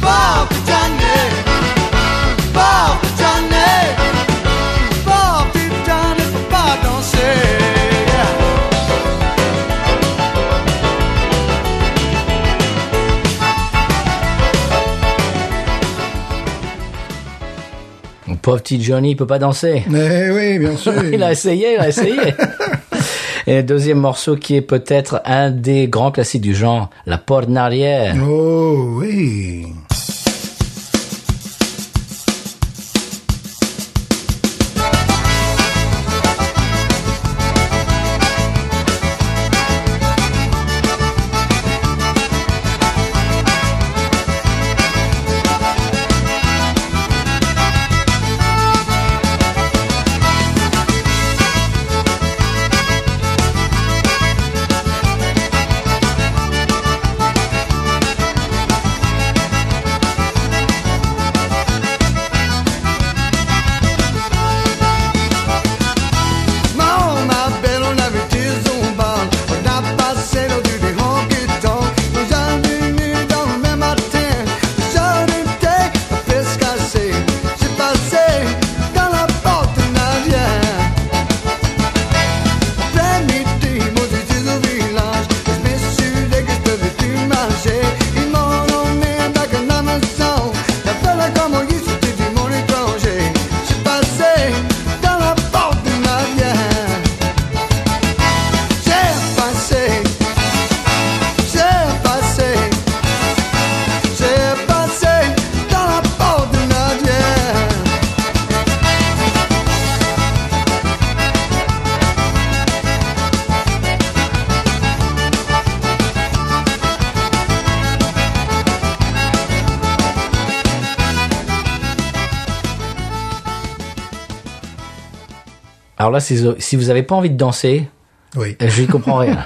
Speaker 5: Bobby John never, Bobby John never. Bob did down if a bar don't say.
Speaker 1: Mon pauvre petit Johnny, il peut pas danser.
Speaker 2: Mais Eh oui, bien sûr.
Speaker 1: Il a essayé, il a essayé. Et deuxième morceau qui est peut-être un des grands classiques du genre, La porte en arrière.
Speaker 2: Oh, oui.
Speaker 5: Non, ma belle, on avait du zumba. On a passé nos du honky tonk. Nous sommes venus dans le même matin. Nous sommes été la pièce cassée. J'ai passé dans la porte en arrière. Après-midi, moi j'étais au village. Je me suis dit que je pouvais plus marcher. Ils m'ont emmené back à la maison. La voilà comme ils étaient du monde étranger. J'ai passé dans la porte de ma vie. J'ai passé, j'ai passé, j'ai passé dans la porte de ma vie.
Speaker 1: Alors là, si si vous avez pas envie de danser, eh,
Speaker 2: Oui.
Speaker 1: Je n'y comprends rien.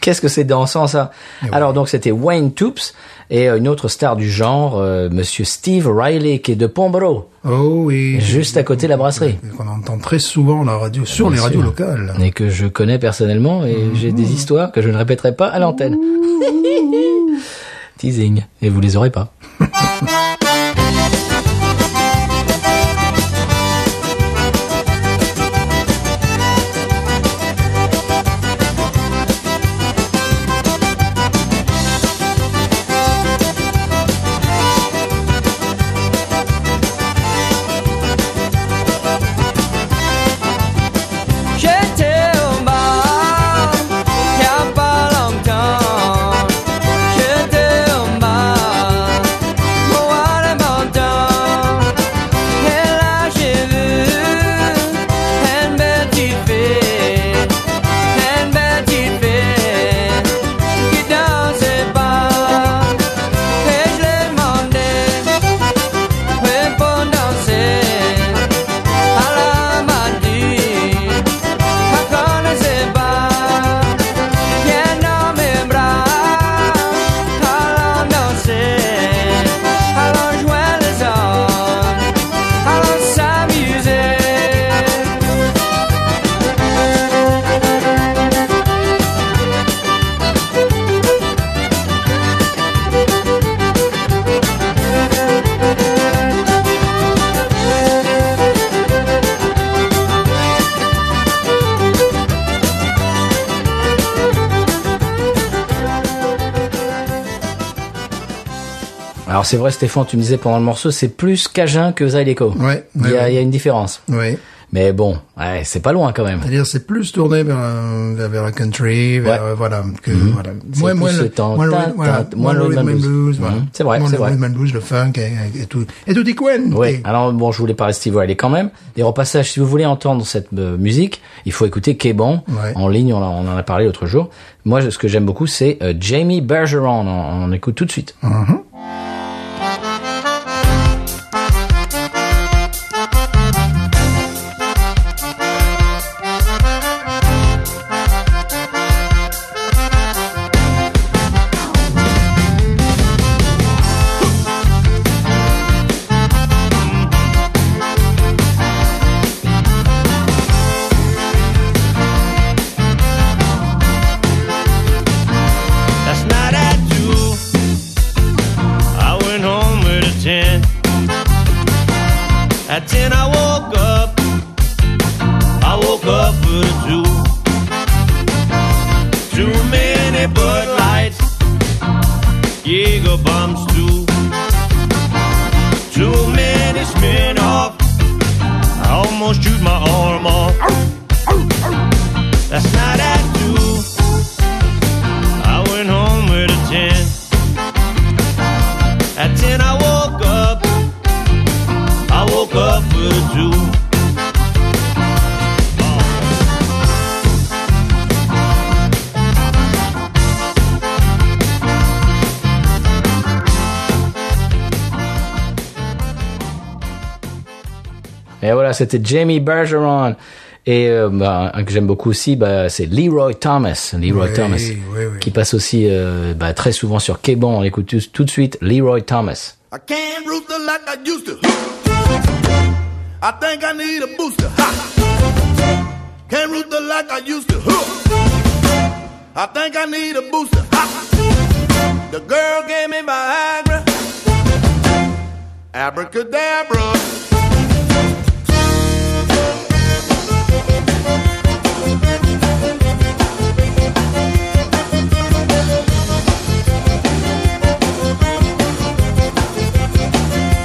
Speaker 1: Qu'est-ce que c'est dansant ça Alors donc c'était Wayne Toops et euh, une autre star du genre, euh, Monsieur Steve Riley qui est de Pombro,
Speaker 2: Oh, oui.
Speaker 1: juste à côté de la brasserie.
Speaker 2: Qu'on entend très souvent à la radio, sur les
Speaker 1: Bien
Speaker 2: radios
Speaker 1: sûr.
Speaker 2: locales.
Speaker 1: Et que je connais personnellement et j'ai des histoires que je ne répéterai pas à l'antenne. Teasing. Et vous les aurez pas.
Speaker 5: Bobby
Speaker 6: e
Speaker 1: Alors c'est vrai, Stéphane, tu me disais pendant le morceau, c'est plus Cajun que Zydeco.
Speaker 2: Ouais,
Speaker 1: Il y,
Speaker 2: ouais,
Speaker 1: a,
Speaker 2: ouais.
Speaker 1: il y a une différence.
Speaker 2: Oui.
Speaker 1: Mais bon, ouais, c'est pas loin quand même.
Speaker 2: C'est-à-dire, c'est plus tourné vers, un- vers, vers la country, vers,
Speaker 1: Ouais. Mhm.
Speaker 2: euh, voilà, que, voilà.
Speaker 1: plus ce temps,
Speaker 2: moins le,
Speaker 1: tin,
Speaker 2: voilà,
Speaker 1: tin,
Speaker 2: moins le rhythm and blues, voilà.
Speaker 1: Mhm. C'est vrai,
Speaker 2: Moins
Speaker 1: c'est
Speaker 2: le
Speaker 1: vrai. Ah,
Speaker 2: rhythm and blues, le funk et, et tout, et tout est quen.
Speaker 1: Oui,
Speaker 2: Et-
Speaker 1: alors bon, je voulais parler de Steve Wiley quand même. Et au passage, si vous voulez entendre cette euh, musique, il faut écouter Keban
Speaker 2: Ouais.
Speaker 1: en ligne, on, en- on en a parlé l'autre jour. Moi, je- ce que j'aime beaucoup, c'est euh, Jamie Bergeron. On, on écoute tout de
Speaker 2: Ah.
Speaker 1: suite.
Speaker 7: Last night at two, I went home at a ten. At ten, I woke up. I woke up with a two. Too many Bud Lights, Jaeger bombs too. Too many spin off. I almost shoot my arm off. Last night at two. I went home with a ten. At ten I woke up. I woke up with a two.
Speaker 1: Et voilà, c'était Jamie Bergeron. Et euh, bah, un que j'aime beaucoup aussi, bah, c'est Leroy Thomas. Leroy
Speaker 2: Oui,
Speaker 1: Thomas,
Speaker 2: oui, oui.
Speaker 1: qui passe aussi euh, bah, très souvent sur Keban. On écoute tout, tout de suite Leroy Thomas.
Speaker 8: I can't rooster like I used to. I think I need a booster. Ha! Can't rooster like I used to. Huh! I think I need a booster. Ha! The girl gave me Viagra. Abracadabra.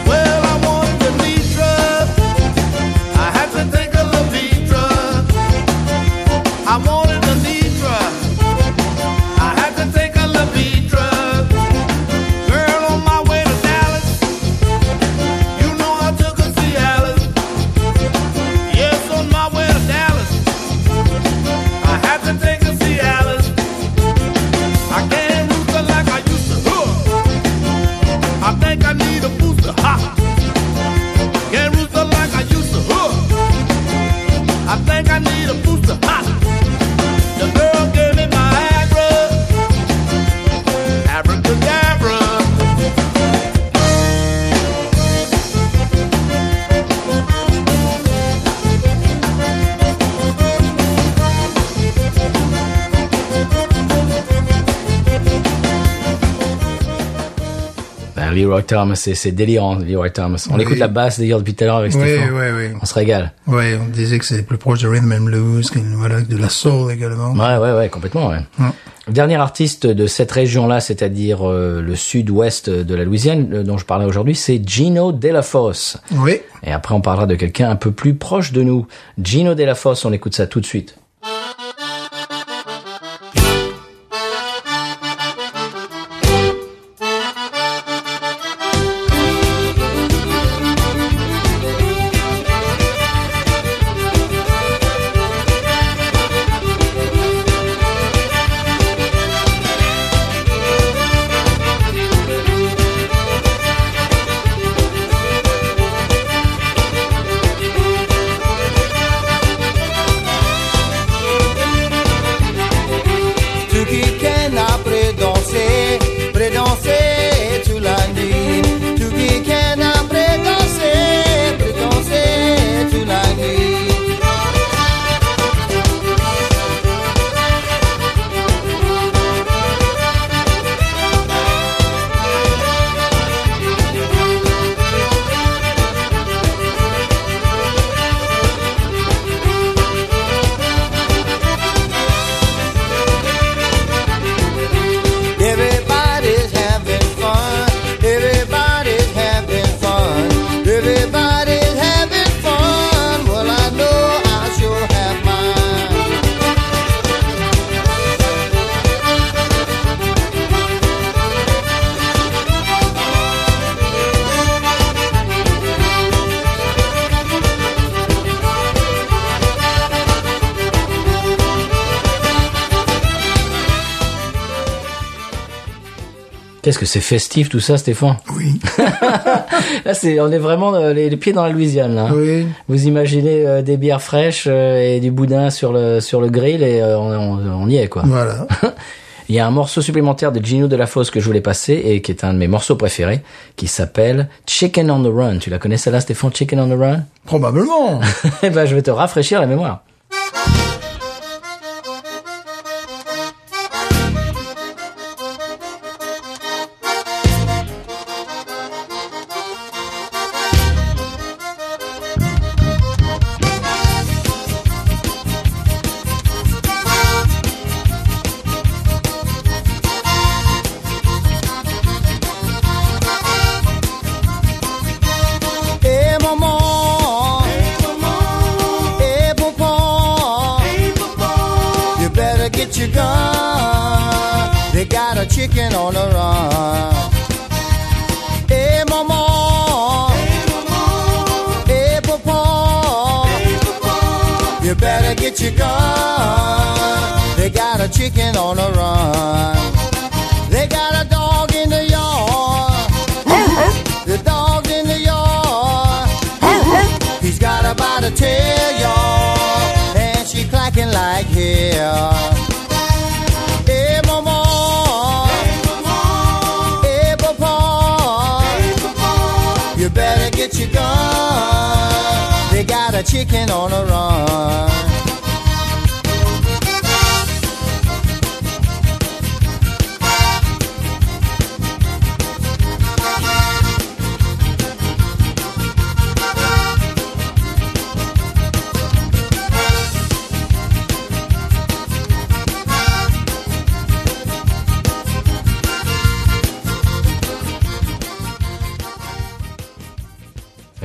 Speaker 8: Well, I want the Nitra. I had to think of the Nitra. I wanted the Nitra. I had to think of the Nitra. Girl, on my way to Dallas. You know I took a Cialis. Yes, on my way to Dallas. I had to take a Cialis. I can't root like I used to. Huh. I think I need a booster. Ha! Can't rooster like I used to. Huh. I think I need a booster. Ha! The girl gave me my Agra. Abracadabra.
Speaker 1: Bah, Leroy Thomas, c'est c'est délirant, Leroy Thomas. On
Speaker 2: Oui.
Speaker 1: écoute la basse d'ailleurs depuis tout à l'heure avec
Speaker 2: Oui,
Speaker 1: Stéphane.
Speaker 2: oui, oui.
Speaker 1: On se régale.
Speaker 2: Ouais, on disait que c'est plus proche de rhythm and blues, que, voilà, que de la soul également.
Speaker 1: Ouais, ouais, ouais, complètement, ouais. Dernier artiste de cette région-là, c'est-à-dire euh, le sud-ouest de la Louisiane, euh, dont je parlais aujourd'hui, c'est Gino Della Fosse.
Speaker 2: Oui.
Speaker 1: Et après, on parlera de quelqu'un un peu plus proche de nous. Gino Della Fosse, on écoute ça tout de suite.
Speaker 3: Thank you.
Speaker 1: Qu'est-ce que c'est festif tout ça, Stéphane
Speaker 2: Oui.
Speaker 1: Là, c'est, on est vraiment euh, les, les pieds dans la Louisiane. Là.
Speaker 2: oui.
Speaker 1: Vous imaginez euh, des bières fraîches euh, et du boudin sur le sur le grill et euh, on, on- on y est quoi.
Speaker 2: Voilà.
Speaker 1: Il y a un morceau supplémentaire de Gino de la Fosse que je voulais passer et qui est un de mes morceaux préférés, qui s'appelle Chicken on the Run. Tu la connais celle-là, Stéphane Chicken on the Run
Speaker 2: Probablement.
Speaker 1: Eh ben, je vais te rafraîchir la mémoire.
Speaker 9: Et maman, et papa, you better get your gun. They got a chicken on the run. Hey mama, hey papa, you better get your gun. They got a chicken on the run. They got a dog in the yard. The dog in the yard. He's got about a tail, y'all. And she clacking like hell. Hey, mama. Hey, papa. You better get your gun. They got a chicken on the run.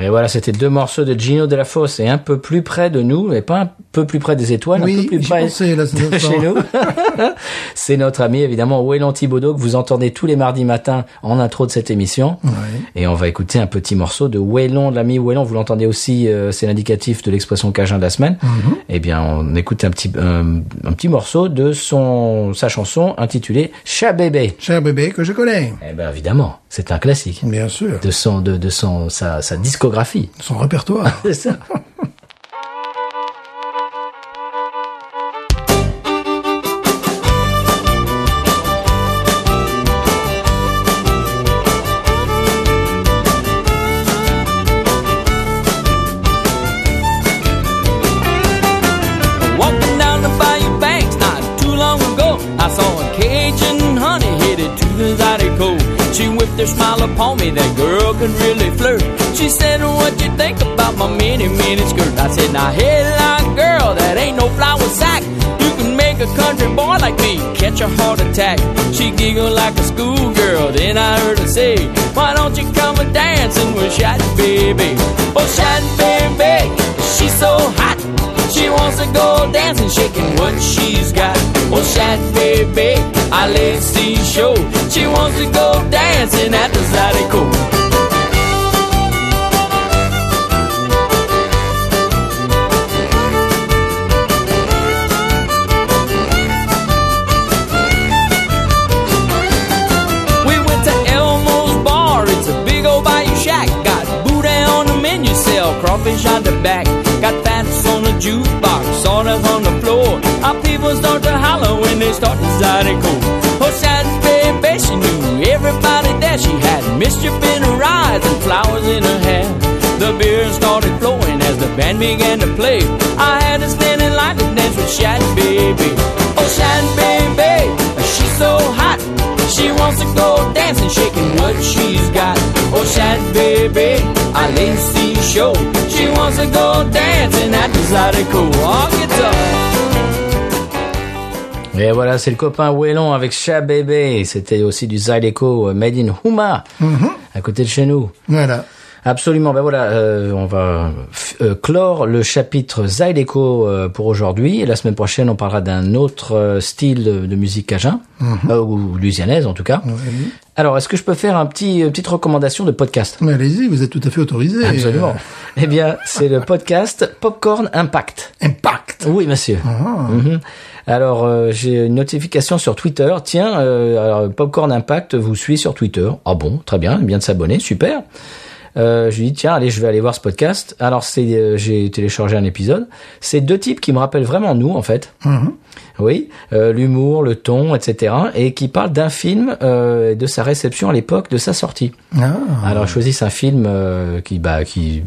Speaker 1: Et voilà, c'était deux morceaux de Gino de la Fosse et un peu plus près de nous, mais pas un peu plus près des étoiles, un
Speaker 2: Oui,
Speaker 1: peu plus
Speaker 2: j'y
Speaker 1: près
Speaker 2: pensais, là, c'est
Speaker 1: de
Speaker 2: notre-
Speaker 1: chez nous. C'est notre ami évidemment Wayland Thibaudot que vous entendez tous les mardis matins en intro de cette émission. Et on va écouter un petit morceau de Waylon, de l'ami Waylon. Vous l'entendez aussi, euh, c'est l'indicatif de l'expression Cajun de la semaine. Eh bien, on écoute un petit, un, un petit morceau de son, sa chanson intitulée Chat bébé.
Speaker 2: Cher bébé que je connais.
Speaker 1: Eh bien, évidemment, c'est un classique
Speaker 2: Bien sûr.
Speaker 1: de son, de, de son, sa, sa discographie.
Speaker 2: Son répertoire.
Speaker 1: C'est ça.
Speaker 6: Walking down the bayou banks not too long ago, I saw a Cajun honey headed to the Zydeco. She whipped her smile upon me, that girl could really flirt. She said, What you think about my mini mini skirt? I said, Now, headline girl, that ain't no flower sack. You can make a country boy like me catch a heart attack. She giggled like a schoolgirl, then I heard her say, Why don't you come and dance and we'll shot baby? Oh, shot baby, she's so hot. She wants to go dancing, shaking what she's got. Oh, shot baby, I let's see show. She wants to go dancing at the Zydeco. We went to Elmo's bar, it's a big old bayou shack. Got boudin on the menu, sell crawfish on the back. Got fats on the jukebox, sawdust on the floor. Our people start to holler when they start to zydeco. Oh, sad baby, she knew everybody there. She had mischief in her eyes and flowers in her hair. The beer started flowing as the band began to play. I had to stand in line to dance with Shad Baby. Oh, Shad Baby, she's so hot. She wants to go dancing, shaking what she's got. Oh, Shad Baby, I see show. She wants to go dancing at the Zydeco. Oh, get up.
Speaker 1: Et voilà, c'est le copain Wellon avec Chat Mhm. Bébé. C'était aussi du Zydeco euh, Made in Houma, à côté de chez nous.
Speaker 2: voilà.
Speaker 1: Absolument. Ben voilà, euh, on va f- euh, clore le chapitre Zydeco euh, pour aujourd'hui. Et la semaine prochaine, on parlera d'un autre euh, style de, de musique cajun, euh, ou louisianaise en tout cas. Alors, est-ce que je peux faire un petit, une petite recommandation de podcast
Speaker 2: Mais allez-y, vous êtes tout à fait autorisé.
Speaker 1: Absolument. Eh bien, c'est le podcast Popcorn Impact.
Speaker 2: Euh, impact.
Speaker 1: Oui, monsieur. Mhm. Alors, euh, j'ai une notification sur Twitter. Tiens, euh, alors, Popcorn Impact vous suit sur Twitter. Ah bon, très bien, bien de s'abonner, super. Euh, je lui dis tiens allez je vais aller voir ce podcast alors c'est euh, j'ai téléchargé un épisode c'est deux types qui me rappellent vraiment nous en fait oui euh, l'humour le ton etc et qui parlent d'un film euh, et de sa réception à l'époque de sa sortie
Speaker 2: Ah.
Speaker 1: alors ils choisissent un film euh, qui bah qui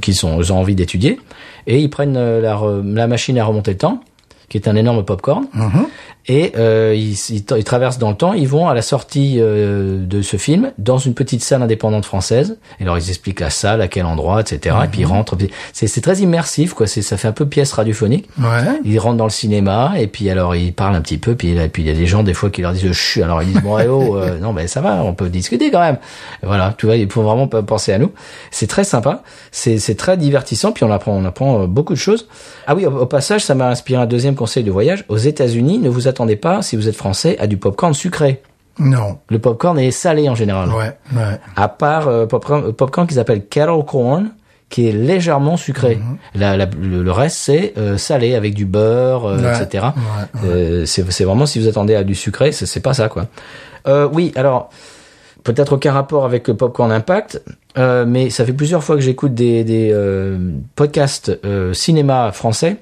Speaker 1: qui sont ils ont envie d'étudier et ils prennent euh, la, re- la machine à remonter le temps qui est un énorme popcorn
Speaker 2: Mhm.
Speaker 1: et euh, ils, ils t- ils traversent dans le temps ils vont à la sortie euh, de ce film dans une petite salle indépendante française et alors ils expliquent la salle à quel endroit etc et puis ils rentrent c'est c'est très immersif quoi c'est ça fait un peu pièce radiophonique
Speaker 2: Ouais.
Speaker 1: ils rentrent dans le cinéma et puis alors ils parlent un petit peu puis là, puis il y a des gens des fois qui leur disent chut alors ils disent bon eh oh, euh, non mais ça va on peut discuter quand même voilà tu vois ils faut vraiment pas penser à nous c'est très sympa c'est c'est très divertissant puis on apprend on apprend euh, beaucoup de choses ah oui au, au passage ça m'a inspiré un deuxième conseil de voyage aux États-Unis ne vous attendez pas si vous êtes français à du popcorn sucré
Speaker 2: Non.
Speaker 1: le popcorn est salé en général
Speaker 2: Ouais. Ouais.
Speaker 1: à part euh, popcorn, euh, popcorn qu'ils appellent kettle corn, qui est légèrement sucré.
Speaker 2: Mhm.
Speaker 1: La- la- le, le reste, c'est euh, salé avec du beurre, euh,
Speaker 2: Ouais,
Speaker 1: etc.
Speaker 2: ouais,
Speaker 1: Euh, c'est c'est vraiment si vous attendez à du sucré, c'est c'est pas ça, quoi. Euh, oui, alors, peut-être aucun rapport avec le Popcorn Impact, euh, mais ça fait plusieurs fois que j'écoute des, des euh, podcasts euh, cinéma français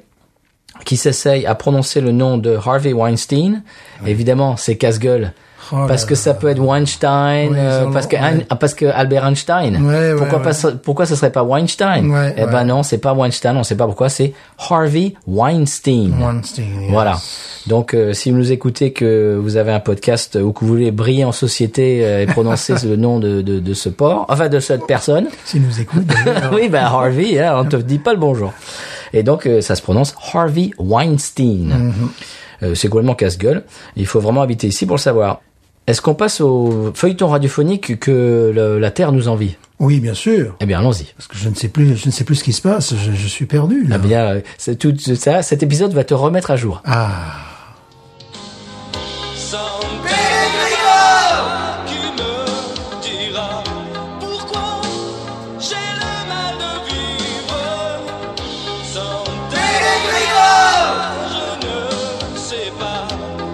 Speaker 1: qui s'essayent à prononcer le nom de Harvey Weinstein. Évidemment, c'est casse-gueule.
Speaker 2: Oh
Speaker 1: parce
Speaker 2: là
Speaker 1: que
Speaker 2: là.
Speaker 1: ça peut être Weinstein,
Speaker 2: Oui,
Speaker 1: euh,
Speaker 2: ils ont-
Speaker 1: parce, que,
Speaker 2: ouais.
Speaker 1: Ein- ah, parce que Albert Einstein.
Speaker 2: Ouais, ouais,
Speaker 1: pourquoi,
Speaker 2: ouais.
Speaker 1: Pas, ça- pourquoi ce serait pas Weinstein
Speaker 2: Ouais,
Speaker 1: Eh ben
Speaker 2: ouais.
Speaker 1: non, c'est pas Weinstein, on sait pas pourquoi, c'est Harvey Weinstein.
Speaker 2: Weinstein, yes.
Speaker 1: Euh, Voilà. Donc, euh, si vous nous écoutez, que vous avez un podcast ou que vous voulez briller en société euh, et prononcer le nom de, de, de ce port, enfin de cette personne,
Speaker 2: S'il nous écoute. d'ailleurs.
Speaker 1: oui, ben Harvey, hein, on te dit pas le bonjour. Et donc euh, ça se prononce Harvey Weinstein. Euh, c'est complètement casse-gueule. Il faut vraiment habiter ici pour le savoir. Est-ce qu'on passe au feuilleton radiophonique que le- la Terre nous envie
Speaker 2: Oui, bien sûr.
Speaker 1: Eh bien, allons-y.
Speaker 2: Parce que je ne sais plus, je ne sais plus ce qui se passe. Je, je suis perdu. Là.
Speaker 1: Eh bien, euh, c'est tout ça. Cet épisode va te remettre à jour.
Speaker 2: Ah.
Speaker 7: Sans bénévole qui me dira pourquoi j'ai le mal de vivre. Sans bénévole, je ne sais pas.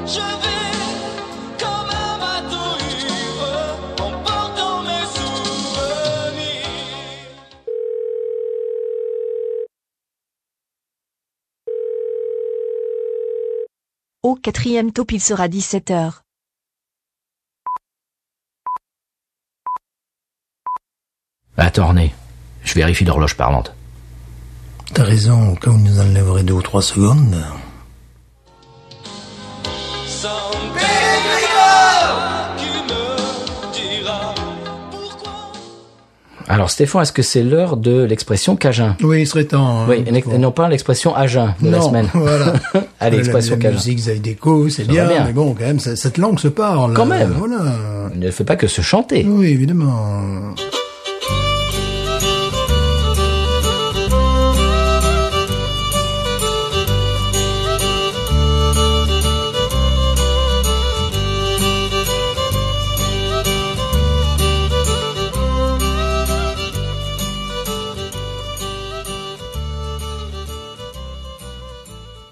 Speaker 7: Je vais comme un bateau ivre en portant mes souvenirs.
Speaker 10: Au quatrième top, il sera 17h.
Speaker 1: Attends, René. Je vérifie l'horloge parlante.
Speaker 2: T'as raison, au cas où il nous enlèverait deux ou trois secondes.
Speaker 7: Sans bénévole, qui me dira pourquoi.
Speaker 1: Alors, Stéphane, est-ce que c'est l'heure de l'expression cajun
Speaker 2: Oui, il serait temps. hein,
Speaker 1: Oui, et
Speaker 2: pour-
Speaker 1: non pas l'expression agin de la
Speaker 2: Non,
Speaker 1: semaine.
Speaker 2: Voilà. Euh,
Speaker 1: Allez, expression
Speaker 2: La, la
Speaker 1: cajun.
Speaker 2: musique Zydeco, c'est
Speaker 1: va
Speaker 2: bien,
Speaker 1: bien.
Speaker 2: mais bon, quand même, ça- cette langue se parle. euh,
Speaker 1: Quand même.
Speaker 2: Voilà.
Speaker 1: On ne fait pas que se chanter.
Speaker 2: Oui, évidemment.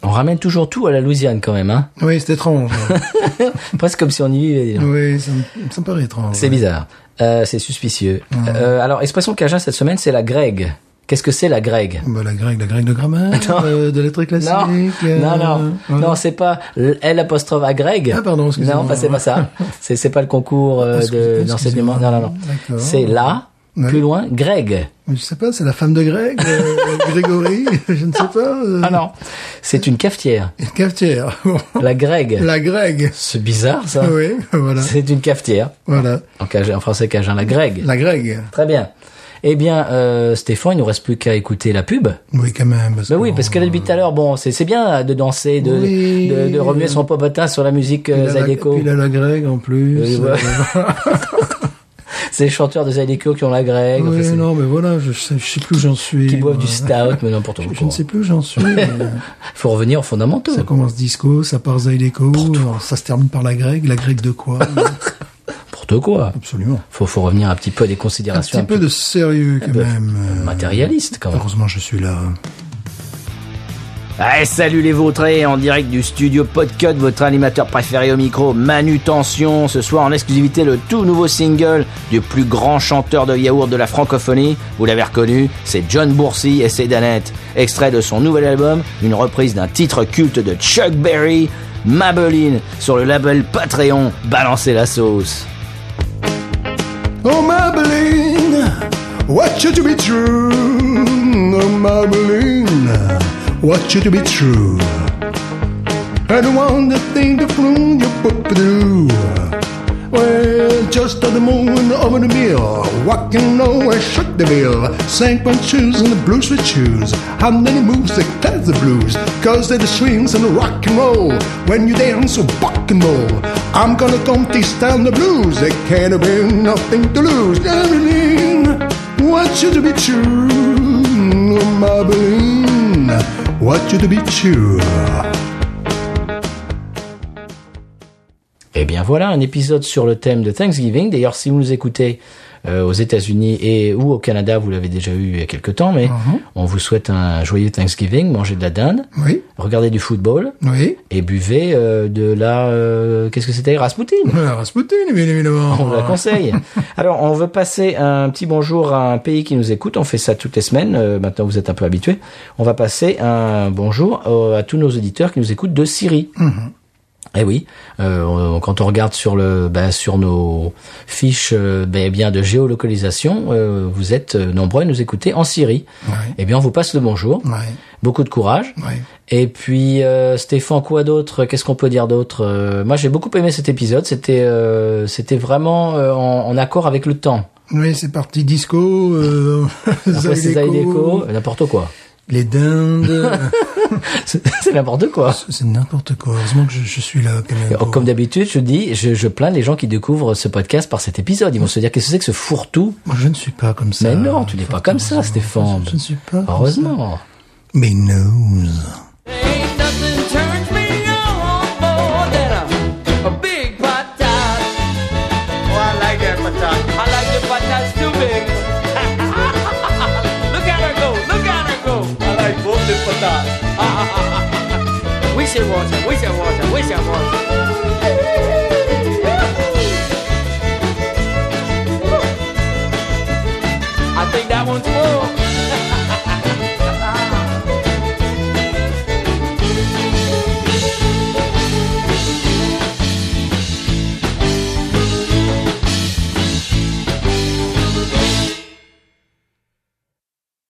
Speaker 1: On ramène toujours tout à la Louisiane quand même, hein.
Speaker 2: Oui, c'est étrange.
Speaker 1: Presque comme si on y vivait. dis donc.
Speaker 2: oui, ça me, ça me paraît étrange.
Speaker 1: C'est bizarre. Euh, c'est suspicieux. Euh, alors, expression cajun cette semaine, c'est la grecque. Qu'est-ce que c'est la grecque
Speaker 2: Bah, la grecque, la grecque de grammaire, euh, de lettres classiques.
Speaker 1: non.
Speaker 2: euh,
Speaker 1: non, non,
Speaker 2: voilà.
Speaker 1: non, c'est pas L apostrophe à grec.
Speaker 2: Ah, pardon, excusez-moi.
Speaker 1: Non, bah, c'est pas ça. C'est c'est pas le concours
Speaker 2: Ah,
Speaker 1: euh, de
Speaker 2: excusez-moi,
Speaker 1: d'enseignement. Non,
Speaker 2: excusez-moi.
Speaker 1: non, non.
Speaker 2: D'accord.
Speaker 1: C'est là,
Speaker 2: Ouais.
Speaker 1: plus loin, grec.
Speaker 2: Mais Je sais pas, c'est la femme de grec, euh, Grégory, je ne sais pas. euh,
Speaker 1: Ah non, c'est une cafetière.
Speaker 2: Cafetière. Bon.
Speaker 1: La grec.
Speaker 2: La grecque.
Speaker 1: C'est bizarre ça.
Speaker 2: Oui, voilà.
Speaker 1: C'est une cafetière.
Speaker 2: Voilà.
Speaker 1: En, cajun- en français cajun, la grec.
Speaker 2: La grecque.
Speaker 1: Très bien. Eh bien, euh, Stéphane, il nous reste plus qu'à écouter la pub.
Speaker 2: Oui, quand même. Parce
Speaker 1: Ben oui,
Speaker 2: qu'on-
Speaker 1: parce que là, depuis tout à l'heure, bon, c'est c'est bien de danser, de,
Speaker 2: Oui.
Speaker 1: de, de remuer son popotin sur la musique
Speaker 2: Puis
Speaker 1: euh,
Speaker 2: la- la-
Speaker 1: Zydeco.
Speaker 2: Euh, Puis la, la grecque en plus.
Speaker 1: Oui,
Speaker 2: euh,
Speaker 1: voilà. C'est les chanteurs de Zydeco qui ont la grecque. enfin,
Speaker 2: Ouais,
Speaker 1: c'est-
Speaker 2: non, mais voilà, je sais, je sais plus où j'en suis.
Speaker 1: qui boivent du
Speaker 2: Voilà.
Speaker 1: stout, mais n'importe
Speaker 2: Je,
Speaker 1: quoi.
Speaker 2: je ne sais plus où j'en suis. mais euh,
Speaker 1: Faut revenir aux fondamentaux.
Speaker 2: ça commence disco, ça part Zydeco, alors ça se termine par la grecque. La grecque de quoi
Speaker 1: N'importe quoi.
Speaker 2: Absolument.
Speaker 1: Faut, faut revenir un petit peu à des
Speaker 2: Un
Speaker 1: considérations
Speaker 2: petit peu de sérieux quand
Speaker 1: peu
Speaker 2: même. euh,
Speaker 1: matérialistes quand même.
Speaker 2: Heureusement, je suis là.
Speaker 1: Allez, salut les vautrés, en direct du studio Podcut, votre animateur préféré au micro, Manu Tension. Ce soir, en exclusivité, le tout nouveau single du plus grand chanteur de yaourt de la francophonie. Vous l'avez reconnu, c'est John Boursy et ses Danettes. Extrait de son nouvel album, une reprise d'un titre culte de Chuck Berry, Mabeline, sur le label Patreon. Balancez la sauce.
Speaker 11: Oh, Maybelline, what you to be true? Oh, Maybelline, what you to be true? I don't want the thing to prove you put through. Well, just at the moment over the meal, walking I shook the bill, sank my shoes and the blues with shoes. How many moves that tells the blues? Cause they're the swings and the rock and roll. When you dance with rock and roll, I'm gonna come teach down the blues. There can't have been nothing to lose. Darling, what should be true?
Speaker 2: Oh,
Speaker 11: Maybelline, what should be true?
Speaker 1: Eh bien voilà, un épisode sur le thème de Thanksgiving. D'ailleurs, si vous nous écoutez euh, aux États-Unis et ou au Canada, vous l'avez déjà eu il y a quelques temps, mais on vous souhaite un joyeux Thanksgiving, mangez de la dinde,
Speaker 2: Oui,
Speaker 1: regardez du football
Speaker 2: oui.
Speaker 1: et buvez euh, de la... euh, Qu'est-ce que c'était Raspoutine
Speaker 2: Ah, Rasputin, bien évidemment.
Speaker 1: on vous la conseille. Alors, on veut passer un petit bonjour à un pays qui nous écoute. On fait ça toutes les semaines. Euh, maintenant, vous êtes un peu habitués. On va passer un bonjour euh, à tous nos auditeurs qui nous écoutent de Syrie. Eh oui, euh, on- quand on regarde sur le, bah, sur nos fiches, euh, bah, bien de géolocalisation, euh, vous êtes euh, nombreux à nous écouter en Syrie.
Speaker 2: Ouais.
Speaker 1: Eh bien, on vous passe le bonjour.
Speaker 2: Ouais,
Speaker 1: Beaucoup de courage.
Speaker 2: ouais.
Speaker 1: Et puis euh, Stéphane, quoi d'autre Qu'est-ce qu'on peut dire d'autre Euh, Moi, j'ai beaucoup aimé cet épisode. C'était, euh, c'était vraiment euh, en, en accord avec le temps.
Speaker 2: Oui, c'est parti disco, euh,
Speaker 1: Après, c'est Ah.
Speaker 2: Zydeco,
Speaker 1: Zydeco, euh, n'importe quoi.
Speaker 2: les dindes.
Speaker 1: C'est c'est n'importe quoi.
Speaker 2: c'est n'importe quoi. Heureusement que je, je suis là quand même.
Speaker 1: Oh,
Speaker 2: pour-
Speaker 1: Comme d'habitude, je dis, je, je plains les gens qui découvrent ce podcast par cet épisode. Ils vont se dire qu'est-ce que c'est que ce fourre-tout
Speaker 2: Moi, je ne suis pas comme ça.
Speaker 1: Mais non, tu n'es pas Ah comme ça, Stéphane.
Speaker 2: Je ne suis pas. comme ça.
Speaker 1: Heureusement.
Speaker 2: Mais nose.
Speaker 3: Ain't nothing turns me on more than a, a big pot tie. Oh, I like that pot tie. I like the pot ties too big. look at her go, look at her go. I like both the pot ties. we should watch her, we should watch her, we should watch her. I think that one's for